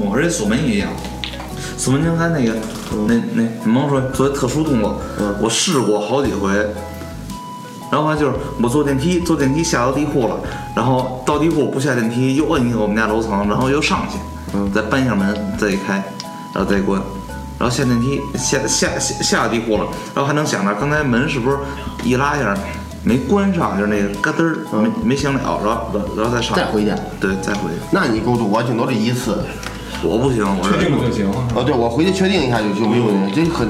Speaker 5: 我和这锁门也一样，锁门前开那个、那那你甭说做特殊动作，
Speaker 2: 嗯
Speaker 5: 我试过好几回。然后完就是我坐电梯，坐电梯下到地库了，然后到地库不下电梯，又摁一个我们家楼层，然后又上去，
Speaker 2: 嗯
Speaker 5: 再搬一下门，再一开，然后再关，然后下电梯下下下下地库了，然后还能想到刚才门是不是一拉一下没关上，就是那个嘎噔儿没没响了，然后然后然后再上，
Speaker 2: 嗯再回去，
Speaker 5: 对，再回去，
Speaker 2: 那你够多，我顶多这一次。
Speaker 5: 我不行，我是
Speaker 1: 定就行。
Speaker 2: 哦，对，我回去确定一下有有没有人，这很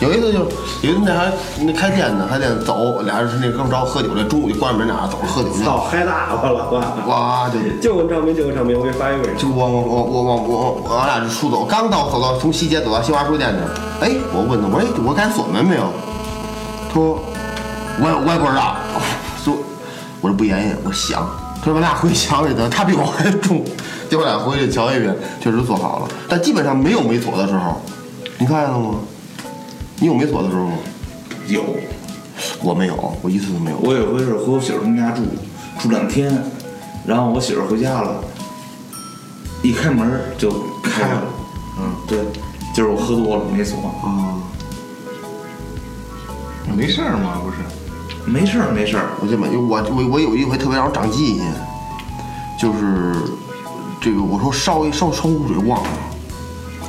Speaker 2: 有一次就有一次那还那开店呢，开店走，俩人是那哥们找我喝酒来，中午就关着门俩人走着喝酒去，
Speaker 4: 操，嗨大发了，
Speaker 2: 哇
Speaker 4: 哇
Speaker 2: 就
Speaker 4: 就跟照片，就跟照片，我给发一个。
Speaker 2: 就我我我我我我我俺俩就出走，刚到走到从西街走到新华书店那儿，哎，我问他，我说哎，我敢锁门没有？他说我也我也不知道， <laughs> 说我说不言语，我想，他说我俩回想里头，他比我还重，结果俩回去瞧一遍，确实锁好了，但基本上没有没锁的时候，你看见了吗？你有没锁的时候吗？
Speaker 5: 有。
Speaker 2: 我没有，我一次都没有。
Speaker 5: 我有回是和我媳妇儿他们家住，住两天，然后我媳妇儿回家了，一开门啊儿就开了，嗯，对，就是我喝多了没锁，
Speaker 1: 没事儿嘛，不是？
Speaker 5: 没事儿没事儿，
Speaker 2: 我就买，我我我有一回特别让我长记性，就是这个我说烧一烧烧壶水忘了，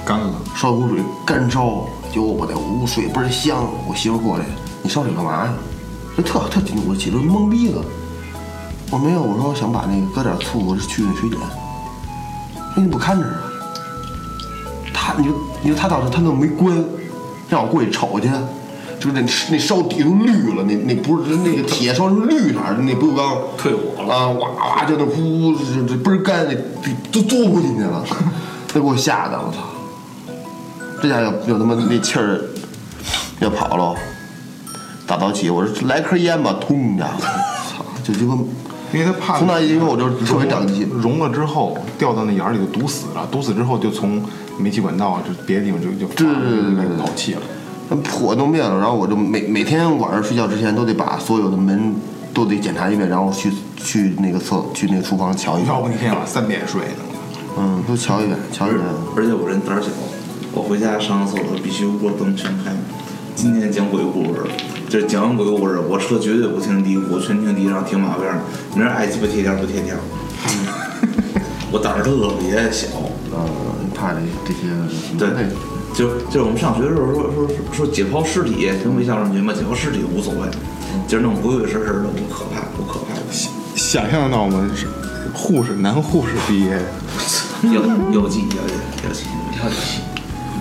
Speaker 1: 干了，
Speaker 2: 烧一壶水干烧，结果我在屋水倍儿香，我媳妇过来，你烧水干嘛呀？这特特紧张，我媳妇懵逼了。我说没有，我说想把那个搁点醋，我是去那水碱。那你不看着啊？他，你说你说他当时他那没关，让我过去瞅去，就是那那烧底都绿了，那那不是那个铁烧成绿色儿的那不锈钢，
Speaker 3: <laughs> 退火了
Speaker 2: 啊，哇哇就那呼，这这倍儿干，那都都不进去了， <laughs> 那给我吓的，我操！这家伙要他妈那气儿要跑了，打到起，我说来颗烟吧，通家伙， <laughs> 操，就鸡巴，
Speaker 1: 因为他怕
Speaker 2: 从那以后我就特别长记性。
Speaker 1: 融了之后掉到那眼儿里就堵死了，堵死之后就从煤气管道就别的地方就就
Speaker 2: 对对对对对
Speaker 1: 就跑气了。
Speaker 2: 火弄灭了，然后我就每每天晚上睡觉之前都得把所有的门都得检查一遍，然后去去那个厕去那个厨房瞧一
Speaker 1: 要
Speaker 2: 遍，
Speaker 1: 不你天晚上三点睡呢？
Speaker 2: 嗯，都瞧一遍，瞧一遍。
Speaker 5: 而且我人胆儿小，我回家上个厕所必须屋灯全开。今天讲鬼故事，就是讲完鬼故事，我车绝对不停地库，全停地上停马路边上，明儿爱鸡巴贴条不贴条。嗯 <laughs> 我胆儿特别小，
Speaker 2: 呃，怕这这些
Speaker 5: 对，就就是我们上学的时候说说说说解剖尸体，听没上上学嘛，解剖尸体无所谓，就是那种鬼鬼神神的，我可怕，我可怕。
Speaker 1: 想象得到吗？是护士，男护士毕业，
Speaker 5: 要要记要记要记要记，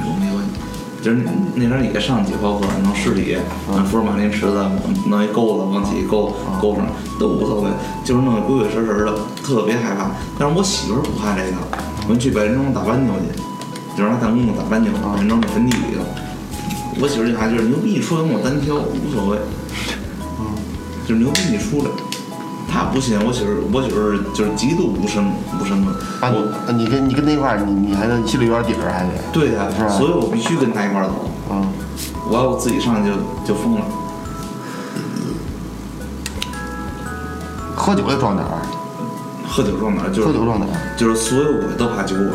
Speaker 5: 我没问题。就是那边也上解剖课，弄尸体，弄福尔马林池子，弄一钩子往起勾勾上都无所谓，就是弄得鬼鬼神神的，特别害怕。但是我媳妇儿不怕这个，我们去百人庄打斑鸠去，就是拿弹弓打斑鸠，百人庄的坟地里头。我媳妇儿这孩子就是牛逼，你出来跟我单挑无所谓，就是牛逼你出来，他不信，我媳妇儿我媳妇儿就是极度无神无神论，
Speaker 2: 啊，
Speaker 5: 我
Speaker 2: 你你跟你跟那块儿，你你还能心里有点底儿，啊还得
Speaker 5: 对呀、
Speaker 2: 是吧
Speaker 5: 所以我必须跟他一块儿走，
Speaker 2: 嗯，
Speaker 5: 我要我自己上去就就疯了。
Speaker 2: 喝酒也壮胆儿，啊
Speaker 5: 喝酒撞哪儿就
Speaker 2: 喝
Speaker 5: 是
Speaker 2: 酒壮胆儿，啊
Speaker 5: 就是所有鬼都怕酒鬼，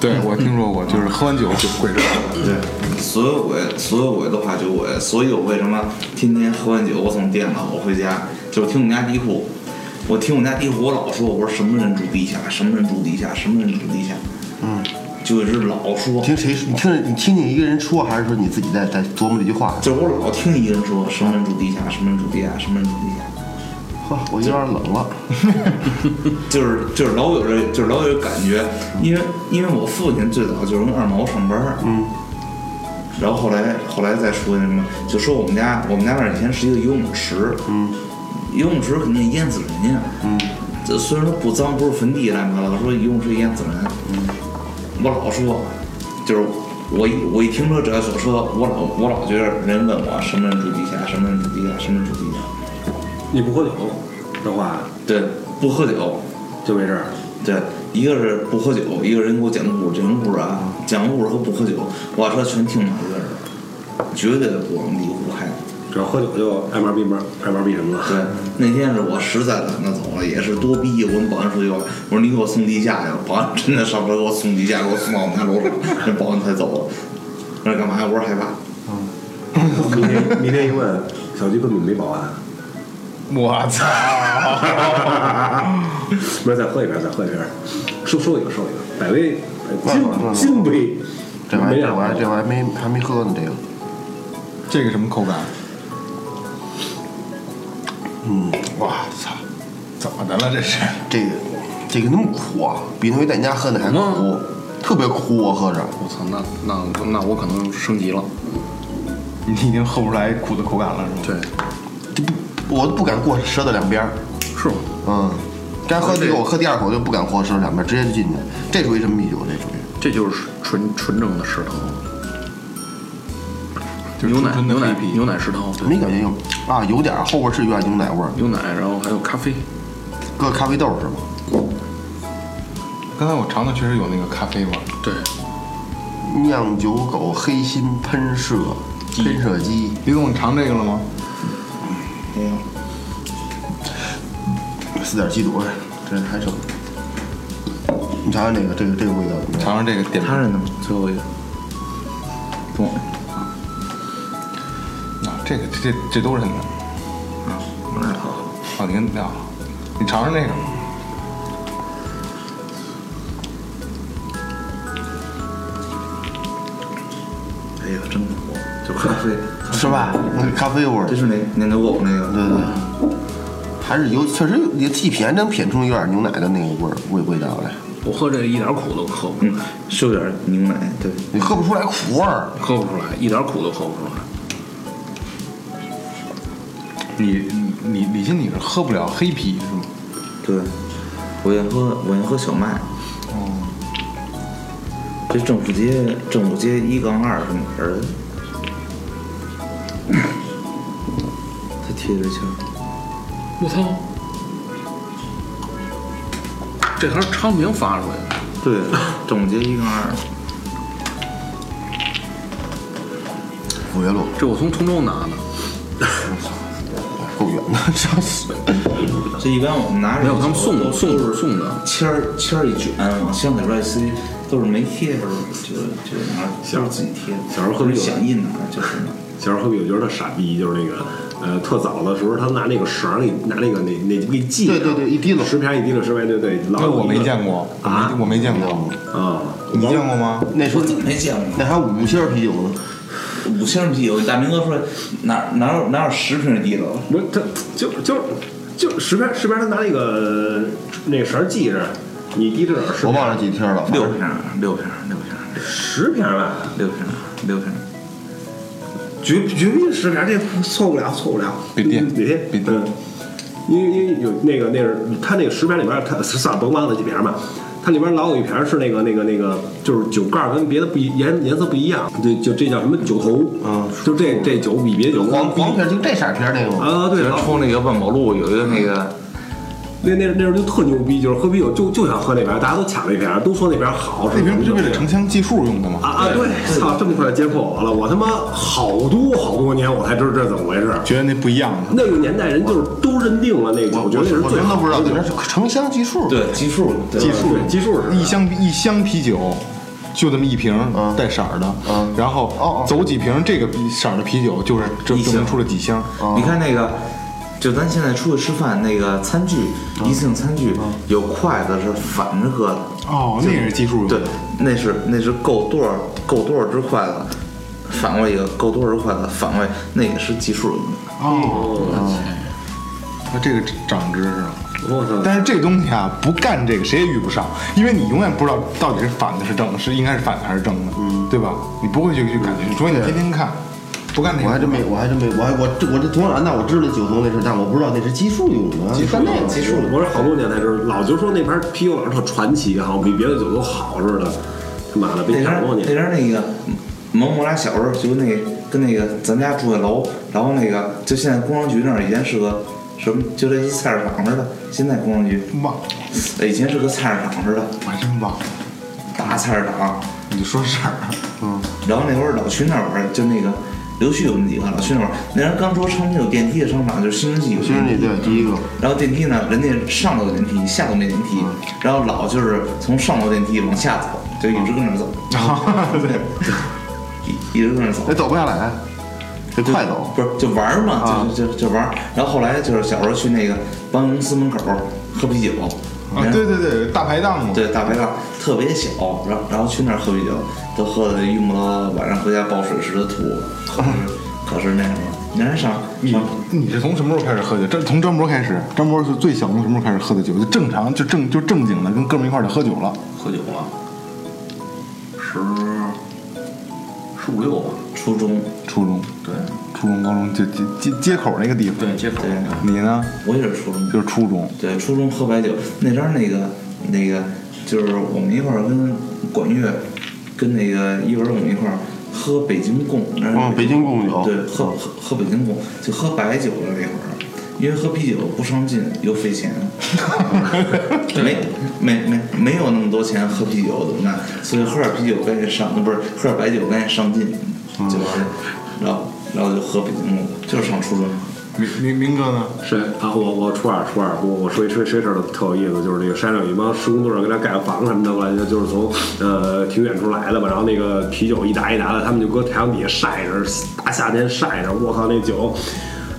Speaker 1: 对我听说过，就是喝完酒就鬼撞。
Speaker 5: 对，所有鬼所有鬼都怕酒鬼，所以我为什么天天喝完酒我从电脑我回家就是听我们家地库，我听我们家地库我老说我说什么人住地下，什么人住地下，什么人住地下，
Speaker 2: 嗯，
Speaker 5: 就一直老说，
Speaker 2: 听谁你听着你听见一个人说，还是说你自己在在琢磨这句话？
Speaker 5: 就是我老听一个人说什么人住地下，什么人住地下，什么人住地下。
Speaker 2: 呵，啊我有点冷了，
Speaker 5: 就是就是老有这就是老有这感觉，因为因为我父亲最早就是跟二毛上班儿，
Speaker 2: 嗯，
Speaker 5: 然后后来后来再说那什么，就说我们家我们家那儿以前是一个游泳池，嗯，游泳池肯定淹死人呀，嗯，这虽然说不脏不是坟地乱七八糟，说游泳池淹死人，嗯，我老说，就是我一我一停车只要小车，我老我老觉得人问我什么人住地下，什么人住地下，什么人住地下，
Speaker 4: 你不喝酒的话
Speaker 5: 对，不喝酒，
Speaker 4: 就没事儿。
Speaker 5: 对，一个是不喝酒，一个人给我讲故事，讲故事啊，讲故事和不喝酒，我车全听马哥的，绝对不往里胡开。
Speaker 4: 只要喝酒就爱玩儿逼玩儿爱玩儿逼什么的。
Speaker 5: 对，那天是我实在懒得走了，也是多逼，我跟保安说句话，我说你给我送地下去吧，保安真的上车给我送地下，给我送到我们家楼上， <laughs> 那保安才走了。那干嘛呀？我说害怕。
Speaker 4: 明天明天一问，小区根本没保安。
Speaker 1: 我操！
Speaker 4: <laughs> 没事，再喝一瓶，再喝一瓶，收收一个，收一个，百威
Speaker 2: 那好那好
Speaker 4: 金金杯，
Speaker 2: 嗯这玩意
Speaker 4: 没
Speaker 2: 儿
Speaker 4: 两
Speaker 2: 这玩意儿
Speaker 4: 个
Speaker 2: 这玩意儿没还没喝呢，这个
Speaker 1: 这个什么口感？
Speaker 2: 嗯，
Speaker 1: 哇操！怎么的了这是？
Speaker 2: 这个这个那么苦啊，比那回在你家喝的还苦，特别苦，我喝着。
Speaker 6: 我操，那那那我可能升级了。
Speaker 1: 你已经喝不出来苦的口感了是吗？
Speaker 6: 对，
Speaker 2: 就不，我都不敢过舌头两边儿。
Speaker 6: 是吗？
Speaker 2: 嗯，该喝第一口，我喝第二口就不敢过舌头两边儿，直接就进去。这属于什么米酒？这属于
Speaker 6: 这就是纯纯正的石头，
Speaker 1: 就是
Speaker 6: 牛奶
Speaker 1: 纯纯的
Speaker 6: 牛奶
Speaker 1: 黑啤
Speaker 6: 牛奶石头，
Speaker 2: 没感觉有啊，有点儿后边是有点牛奶味儿，
Speaker 6: 牛奶，然后还有咖啡，
Speaker 2: 搁咖啡豆儿是吗？
Speaker 1: 刚才我尝的确实有那个咖啡味儿。
Speaker 6: 对，
Speaker 2: 酿酒狗黑心喷射喷射机，
Speaker 1: 李总，你尝这个了吗？
Speaker 5: 没有，
Speaker 2: 四点七度，哎这还剩。你尝尝这个，这个这个味道怎么样？
Speaker 1: 尝尝这个点
Speaker 5: 他
Speaker 1: 评
Speaker 5: 是呢，最后一个。中，
Speaker 1: 啊，这个这这这都是很难。嗯
Speaker 5: 不知道。
Speaker 1: 啊，你跟啊，你尝尝那个。
Speaker 5: 哎呀，真苦，就咖啡，
Speaker 2: 是吧？那个咖啡味儿
Speaker 5: 这，是那那牛狗那个。嗯
Speaker 2: 对对。还是有，确实有，你一品还能品出有点牛奶的那个味儿味味道来，
Speaker 6: 我喝这个一点苦都喝不出
Speaker 5: 嗯
Speaker 6: 来，，
Speaker 5: 就点牛奶，对，
Speaker 2: 你喝不出来苦味儿。
Speaker 6: 喝不出来，一点苦都喝不出来。
Speaker 1: 你你李欣，你是喝不了黑啤是吗？
Speaker 5: 对，我愿喝，我愿喝小麦。哦，这政府街，政府街一杠二是哪儿的？他贴着签儿，
Speaker 6: 我操，这还是昌平发出来的，
Speaker 5: <coughs> 对，政府街一杠二。
Speaker 2: 五岳路
Speaker 6: 这我从通州拿的，
Speaker 2: 够远的，这是
Speaker 5: 这一般我们拿着
Speaker 6: 没有他们送
Speaker 5: 都
Speaker 6: 送
Speaker 5: 都是
Speaker 6: 送的，
Speaker 5: 签儿签儿一卷往箱子里边塞，都是没贴着的，就就拿都是自己贴的。
Speaker 4: 小时候喝
Speaker 5: 不
Speaker 4: 啤
Speaker 5: 是
Speaker 4: 酒
Speaker 5: 想印哪儿就是哪儿。
Speaker 4: 小时候喝啤酒就是特傻逼，就是那个，呃，特早的时候他拿那个绳儿给拿那个那那给系上，
Speaker 2: 对对对一滴漏
Speaker 4: 十瓶一滴了，十块对对，老
Speaker 1: 这我没见过
Speaker 4: 啊
Speaker 1: 我没见过。
Speaker 4: 啊，
Speaker 1: 你见过吗？
Speaker 2: 嗯那时
Speaker 5: 我
Speaker 2: 候
Speaker 5: 怎么没见过？
Speaker 2: 那还有五星啤酒呢，
Speaker 5: 五星啤酒，大明哥说哪哪有哪有十瓶地了？
Speaker 4: 不是他就就就十瓶十瓶他拿那个那个绳儿系着，你滴着十
Speaker 2: 我
Speaker 4: 瓶
Speaker 2: 忘了几天了，
Speaker 5: 六瓶，六瓶，六瓶，
Speaker 4: 十瓶吧，
Speaker 5: 六瓶，六瓶。
Speaker 4: 绝绝壁十瓶这错不了，错不了，
Speaker 1: 别垫
Speaker 4: 别垫，
Speaker 1: 别垫
Speaker 4: 嗯因为因为有那个那是它那个十瓶里边，它算了甭忘了几瓶吧，它里边老有一瓶是那个那个那个，就是酒盖跟别的不一颜颜色不一样，对，就这叫什么酒头，嗯，就这这酒比别的酒
Speaker 2: 黄
Speaker 4: 逼
Speaker 2: 黄瓶就这色儿瓶儿那个吗？
Speaker 4: 啊，对，
Speaker 5: 就
Speaker 4: 老
Speaker 5: 是冲那个万宝路有一个那个
Speaker 4: 那那那时候就特牛逼，就是喝啤酒就就想喝那瓶儿，大家都抢那瓶儿，都说那瓶儿好。
Speaker 1: 那瓶不就为了成箱计数用的吗？
Speaker 4: 啊啊！对，操，这么快就揭破我了，我他妈好多好多年我才知道这是怎么回事儿。
Speaker 1: 觉得那不一样，
Speaker 4: 那个年代人就是都认定了那个，我觉得是
Speaker 2: 我
Speaker 4: 最
Speaker 2: 真的
Speaker 4: 好
Speaker 2: 不知道，里面是成箱计数。，
Speaker 5: 对，基数，对
Speaker 1: 计数
Speaker 4: 对计数是
Speaker 1: 一箱一箱啤酒。就这么一瓶带色儿的，然后
Speaker 2: 嗯哦
Speaker 1: 走几瓶这个色儿的啤酒，就是就
Speaker 5: 一箱
Speaker 1: 证明出了几箱。
Speaker 5: 你看那个，就咱现在出去吃饭那个餐具，一次性餐具有筷子是反着喝的，
Speaker 1: 哦，那也是计数用
Speaker 5: 对
Speaker 1: 的。，
Speaker 5: 那是那是够多少够多少只筷子，反过来一个够多少只筷子，反过来那也是计数用的。
Speaker 2: 嗯
Speaker 1: 哦，嗯那这个长知识了。
Speaker 4: 我
Speaker 2: 嗯
Speaker 4: 操！
Speaker 1: 但是这东西啊，不干这个谁也遇不上，因为你永远不知道到底是反的是正的，是应该是反的还是正的，
Speaker 2: 嗯
Speaker 1: 对吧？你不会去去感觉，除非你天天看，不干那个。
Speaker 2: 我还真没，我还真没，我还我这我这从小到大我知道酒头那事，但我不知道那是计数用的，计那个
Speaker 4: 其实我是好多年才知道，老就说那盘啤酒老是特传奇，好像比别的酒都好似的。他妈的，
Speaker 5: 那
Speaker 4: 被
Speaker 5: 边
Speaker 4: 抢
Speaker 5: 儿
Speaker 4: 过
Speaker 5: 那
Speaker 4: 去。
Speaker 5: 边儿那个萌萌俩小时候就那跟那个咱们家住的楼，然后那个就现在工商局那儿以前是个什么，就类似菜市场似的，现在工商局
Speaker 1: 忘了，
Speaker 5: 以前是个菜市场似的，
Speaker 1: 我还真忘了。
Speaker 5: 大菜市场。
Speaker 1: 你就说事儿，啊
Speaker 5: 然后那会儿老去那儿玩儿，就那个刘旭我们几个老去那儿玩儿。那人刚说昌平有电梯的商场就是新世纪有
Speaker 2: 其实
Speaker 5: 电
Speaker 2: 你
Speaker 5: 梯，
Speaker 2: 对第一个，
Speaker 5: 然后电梯呢，人家上楼有电梯，下楼没电梯，然后老就是从上楼电梯往下走，就一直跟那儿走， <laughs> 对， <laughs> 一一直跟那儿走。
Speaker 2: 那走不下来，得快走。
Speaker 5: 不是就玩儿嘛，
Speaker 6: 啊
Speaker 5: 就就就就玩儿。然后后来就是小时候去那个办公司门口儿喝啤酒，
Speaker 2: 嗯
Speaker 1: 啊，对对对，大排档嘛，
Speaker 5: 对大排档特别小，然后然后去那儿喝啤酒，都喝的晕不到，晚上回家抱水池子吐。可
Speaker 6: <laughs>
Speaker 5: 是可是那什么，你还上
Speaker 1: 你
Speaker 5: 上
Speaker 1: 你是从什么时候开始喝酒？这从张博开始，张博是最小从什么时候开始喝的酒？就正常，就正就正经的跟哥们儿一块儿就喝酒了。
Speaker 6: 喝酒了，十十五六吧，
Speaker 5: 初中，
Speaker 1: 初中，
Speaker 5: 对
Speaker 1: 初中、高中就街街街口那个地方。
Speaker 6: 对，接口啊
Speaker 5: 对，
Speaker 1: 你呢？
Speaker 5: 我也是初中，
Speaker 1: 就是初中。
Speaker 5: 对初中喝白酒，那阵儿那个那个就是我们一块儿跟管乐，跟那个一文儿我们一块儿喝北京贡，那是
Speaker 2: 啊，北京贡酒，
Speaker 5: 对，喝喝喝北京贡，就喝白酒了那会儿，因为喝啤酒不上进又费
Speaker 2: <laughs>
Speaker 5: 钱，没没没没有那么多钱喝啤酒怎么办？所以喝点啤酒赶紧上，不是喝点白酒赶紧上进，就是，
Speaker 2: 嗯
Speaker 5: 然后然后就喝北京贡，就是上初中。
Speaker 1: 明明明哥呢？
Speaker 4: 是啊，我我初二初二，我我说一说说一事儿特有意思，就是那个山上有一帮施工队儿给他盖个房什么的，后来就就是从呃挺远处来的吧，然后那个啤酒一打一打的，他们就搁太阳底下晒着，大夏天晒着，我靠那酒，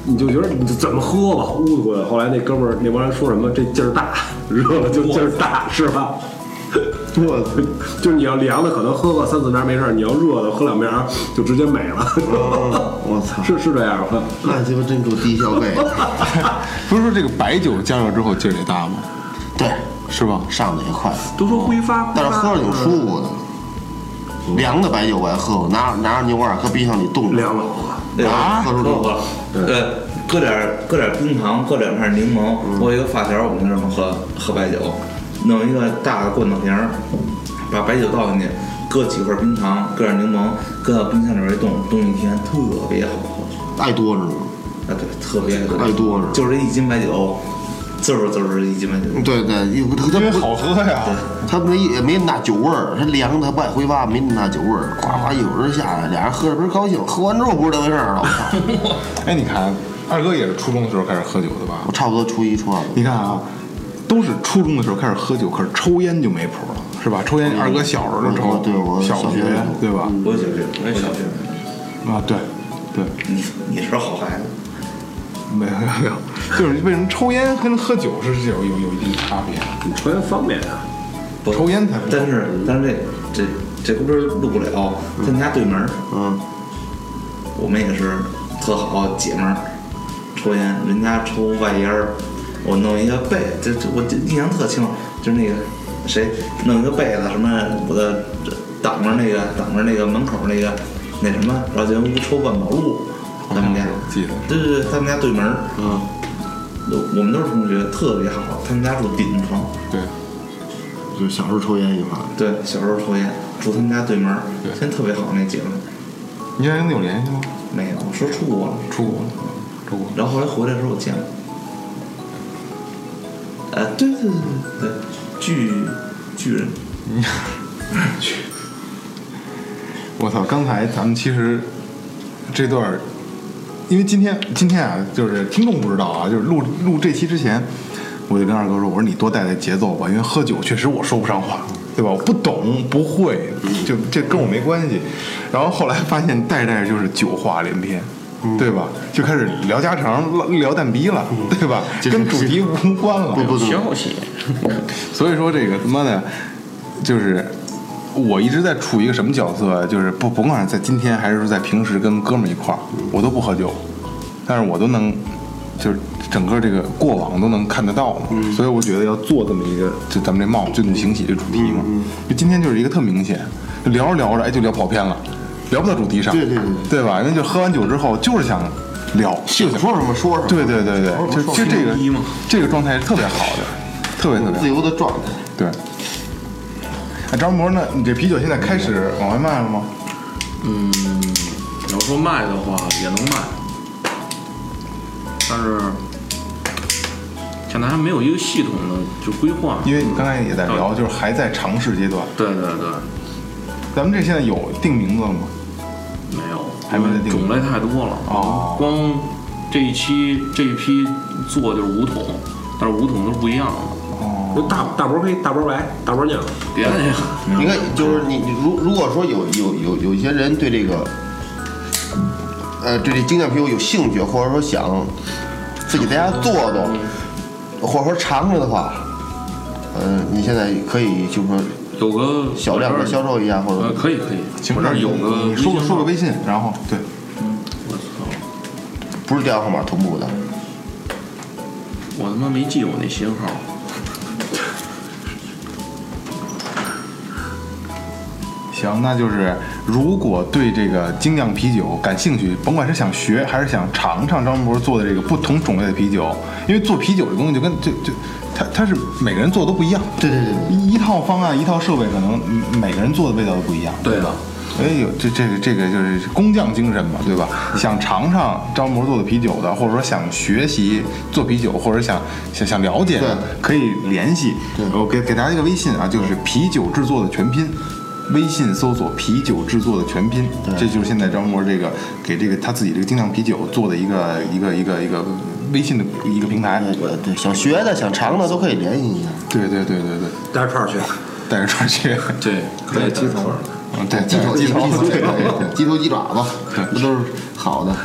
Speaker 4: 你就觉得你就怎么喝吧，呜呼的。后来那哥们儿那帮人说什么这劲儿大，热了就劲儿大是吧？我 <laughs> 就是你要凉的，可能喝个三四瓶没事儿；你要热的，喝两瓶儿就直接没了。
Speaker 2: 我操，
Speaker 4: 是是这样吧？
Speaker 2: 那鸡巴真够低消费。
Speaker 1: <laughs> 不是说这个白酒加热之后劲儿也大吗？
Speaker 2: 对，
Speaker 1: 是吧？
Speaker 2: 上的也快，
Speaker 6: 都说挥发，嗯
Speaker 2: 但是喝着挺舒服的。凉的白酒我还喝过，拿拿着牛二搁冰箱里冻着，
Speaker 4: 凉了
Speaker 2: 啊喝出
Speaker 5: 喝
Speaker 2: 酒
Speaker 5: 喝，呃，搁点儿搁点儿冰糖，搁两片柠檬。我有一个发小，我们那么喝喝白酒，弄一个大的罐头瓶儿，把白酒倒进去，搁几块冰糖，搁点柠檬，搁到冰箱里边一冻，冻一天，特别好喝。
Speaker 2: 爱多着呢。
Speaker 5: 啊，对，特别
Speaker 2: 太多了嗯
Speaker 5: 就是一斤白酒，滋儿滋儿一斤白酒。
Speaker 2: 对对，因为它
Speaker 1: 因为
Speaker 2: 它不
Speaker 1: 好喝呀。
Speaker 2: 它没也没那酒味儿，它凉的它不爱挥发，没那大酒味儿。呱呱一会儿就下来，俩人喝着倍儿高兴，喝完之后不是这回事儿了。我操
Speaker 1: 哎，你看，二哥也是初中的时候开始喝酒的吧
Speaker 2: 我？差不多初一初二了。
Speaker 1: <laughs> 你看啊，都是初中的时候开始喝酒，可是抽烟就没谱了，是吧？抽烟，二哥小时候就抽，
Speaker 2: 我对我
Speaker 1: 小
Speaker 2: 小
Speaker 1: 学
Speaker 2: 学就抽
Speaker 1: 对吧？
Speaker 5: 我也小学，我也小学。
Speaker 1: 啊，对，对，
Speaker 5: 你你是好孩子，
Speaker 1: 没有没有没有，就是为什么抽烟跟喝酒是有有有一定差别？
Speaker 4: 你抽烟方便啊？
Speaker 5: 不
Speaker 1: 抽烟才不
Speaker 5: 但是但是这这这轱辘录不了，他们家对门儿。
Speaker 2: 嗯，
Speaker 5: 我们也是特好姐们儿，抽烟，人家抽外烟儿，我弄一个被，这这我这印象特清，就是那个谁弄一个被子什么，我的这挡着那个挡着那个门口那个那什么，然后就屋抽万宝路，他们家
Speaker 1: 哦记得
Speaker 5: 对对对，他们家对门儿，嗯，我们都是同学，特别好，他们家住顶层，
Speaker 1: 对，
Speaker 2: 就是小时候抽烟一块儿。
Speaker 5: 对，小时候抽烟，住他们家对门儿
Speaker 1: 对，
Speaker 5: 现在特别好那姐们儿，
Speaker 1: 你俩跟他有联系吗？
Speaker 5: 没有，我说出国了。
Speaker 1: 出国了，出国了。
Speaker 5: 然后后来回来的时候我见了，呃，对对对对对，巨巨人，
Speaker 1: 我操！刚才咱们其实这段儿，因为今天今天啊，就是听众不知道啊，就是录录这期之前，我就跟二哥说，我说你多带带节奏吧，因为喝酒确实我说不上话，对吧？我不懂，不会，就这跟我没关系。然后后来发现带带就是酒话连篇。对吧？就开始聊家常、聊蛋逼了，对吧？跟主题无关了。
Speaker 2: 不不
Speaker 6: 消息，
Speaker 1: 所以说这个他妈的，就是我一直在处于一个什么角色，啊就是不甭管是在今天还是说在平时跟哥们儿一块儿，我都不喝酒，但是我都能就是整个这个过往都能看得到嘛。
Speaker 2: 嗯
Speaker 1: 所以我觉得要做这么一个，就咱们这帽醉怒行喜这主题嘛。就今天就是一个特明显，聊着聊着哎就聊跑偏了。聊不到主题上，
Speaker 2: 对对对，
Speaker 1: 对吧？那就喝完酒之后就是想聊，就
Speaker 2: 想说什么说什么，
Speaker 1: 对对对对，就就这个这个状态是特别好的，特别特别
Speaker 2: 自由的状态。
Speaker 1: 对。哎，张博，那你这啤酒现在开始往外卖了吗？
Speaker 3: 嗯，你要说卖的话也能卖，但是现在还没有一个系统的就规划，
Speaker 1: 因为你刚才也在聊，就是还在尝试阶段。
Speaker 3: 对对对。
Speaker 1: 咱们这现在有定名字了吗？
Speaker 3: 没有，
Speaker 1: 还没定。
Speaker 3: 种类太多了。
Speaker 1: 哦，
Speaker 3: 光这一期这一批做就是五桶，但是五桶都不一样了。
Speaker 4: 就大大波黑、大波白、大波酿，
Speaker 3: 别
Speaker 1: 哎
Speaker 3: 那个，
Speaker 2: 你看，就是你，你如如果说有有有有一些人对这个，呃，对这精酿啤酒有兴趣，或者说想自己在家做做，或者说尝尝的话，嗯、呃，你现在可以就是说。
Speaker 1: <laughs>
Speaker 3: 有个
Speaker 2: 小量的销售一下，或者
Speaker 3: 呃，可以可以，
Speaker 1: 行，
Speaker 3: 我这儿有个
Speaker 1: 你说个说个微信，然后对，
Speaker 3: 我操，
Speaker 2: 不是电话号码同步的，
Speaker 3: 我他妈没记我那型号，
Speaker 1: 行，那就是如果对这个精酿啤酒感兴趣，甭管是想学还是想尝尝张博做的这个不同种类的啤酒，因为做啤酒这东西就跟就就它它是每个人做的都不一样，
Speaker 2: 对对对对。
Speaker 1: 一一套方案一套设备，可能嗯每个人做的味道都不一样，
Speaker 3: 对
Speaker 1: 吧
Speaker 3: 的？
Speaker 1: 哎呦，这这个这个就是工匠精神嘛，对吧？想尝尝张博做的啤酒的，或者说想学习做啤酒，或者想想想了解的
Speaker 2: 对，
Speaker 1: 可以联系。我给给大家一个微信啊，就是啤酒制作的全拼。微信搜索“啤酒制作的全拼”，这就是现在张博这个给这个他自己这个精酿啤酒做的一个一个一个一个微信的一个平台。
Speaker 2: 呃，对，想学的、想尝的都可以联系一下。
Speaker 1: 对对对对对，
Speaker 4: 带着串儿去。
Speaker 1: 带着 <laughs> 串去，
Speaker 3: 对，可以鸡头，
Speaker 1: 嗯， <laughs> 对，
Speaker 2: 鸡头、
Speaker 1: 鸡头，
Speaker 2: 鸡头
Speaker 1: 对对对。
Speaker 2: 鸡头、鸡爪子，这都是好的。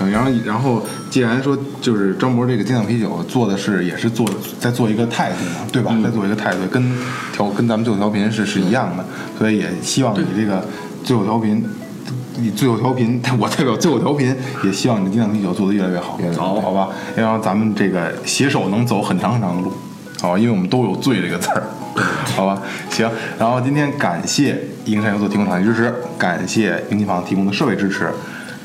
Speaker 1: 嗯然后，然后，既然说就是张博这个精酿啤酒做的是，也是做在做一个态度嘛，对吧？在做一个态度，跟调跟咱们最后调频是是一样的，所以也希望你这个最后调频，你最后调频， <laughs> 我代表最后调频，也希望你的精酿啤酒做得越来越好，越来越好，好吧？然后咱们这个携手能走很长很长的路，好吧？因为我们都有“醉”这个字儿。好吧，行。然后今天感谢英山游作提供场地支持，感谢英琴坊提供的设备支持，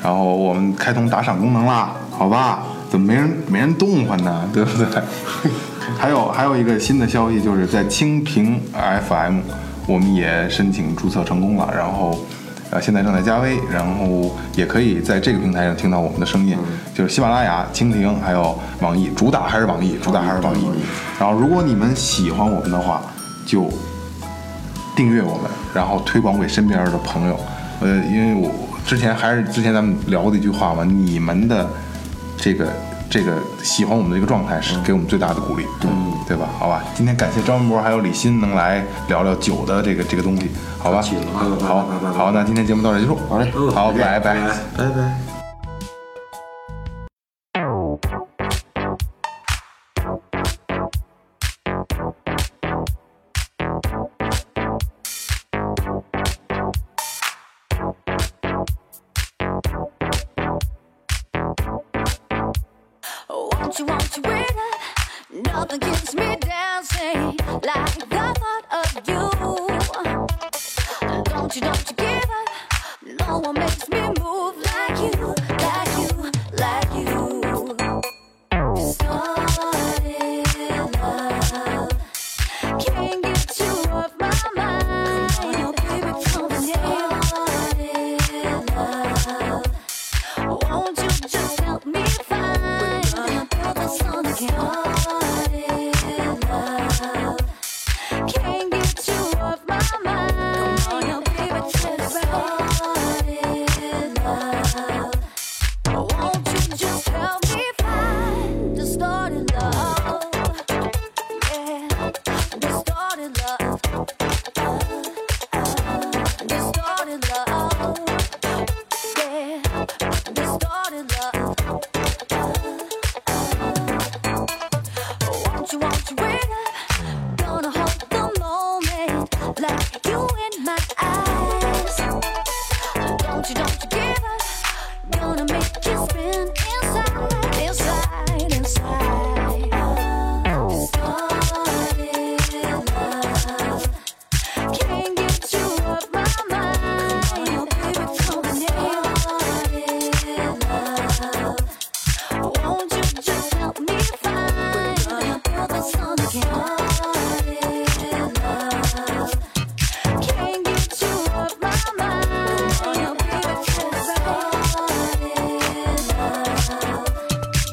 Speaker 1: 然后我们开通打赏功能啦，好吧？怎么没人没人动唤呢？ <laughs> 对不对？还有还有一个新的消息，就是在蜻蜓 FM，我们也申请注册成功了，然后。呃，现在正在加微，然后也可以在这个平台上听到我们的声音，就是喜马拉雅、蜻蜓还有网易，主打还是网易，主打还是网易。然后，如果你们喜欢我们的话，就订阅我们，然后推广给身边的朋友。呃，因为我之前还是之前咱们聊过的一句话嘛，你们的这个这个喜欢我们的一个状态是给我们最大的鼓励，嗯，对吧？好吧，今天感谢张文博还有李欣能来聊聊酒的这个这个东西，好吧？好好，那今天节目到这结束，好嘞，好，嗯拜拜。
Speaker 4: 哎
Speaker 5: 拜拜。
Speaker 7: Won't you, won't you wait up? Nothing keeps me dancing like the thought of you. Don't you, don't you give up? No one makes me move like you, like you, like you. Started love. Can't get you off my mind. Oh, baby, come Started love. Won't you just help me find another song to get started?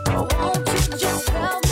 Speaker 7: Won't you just tell me?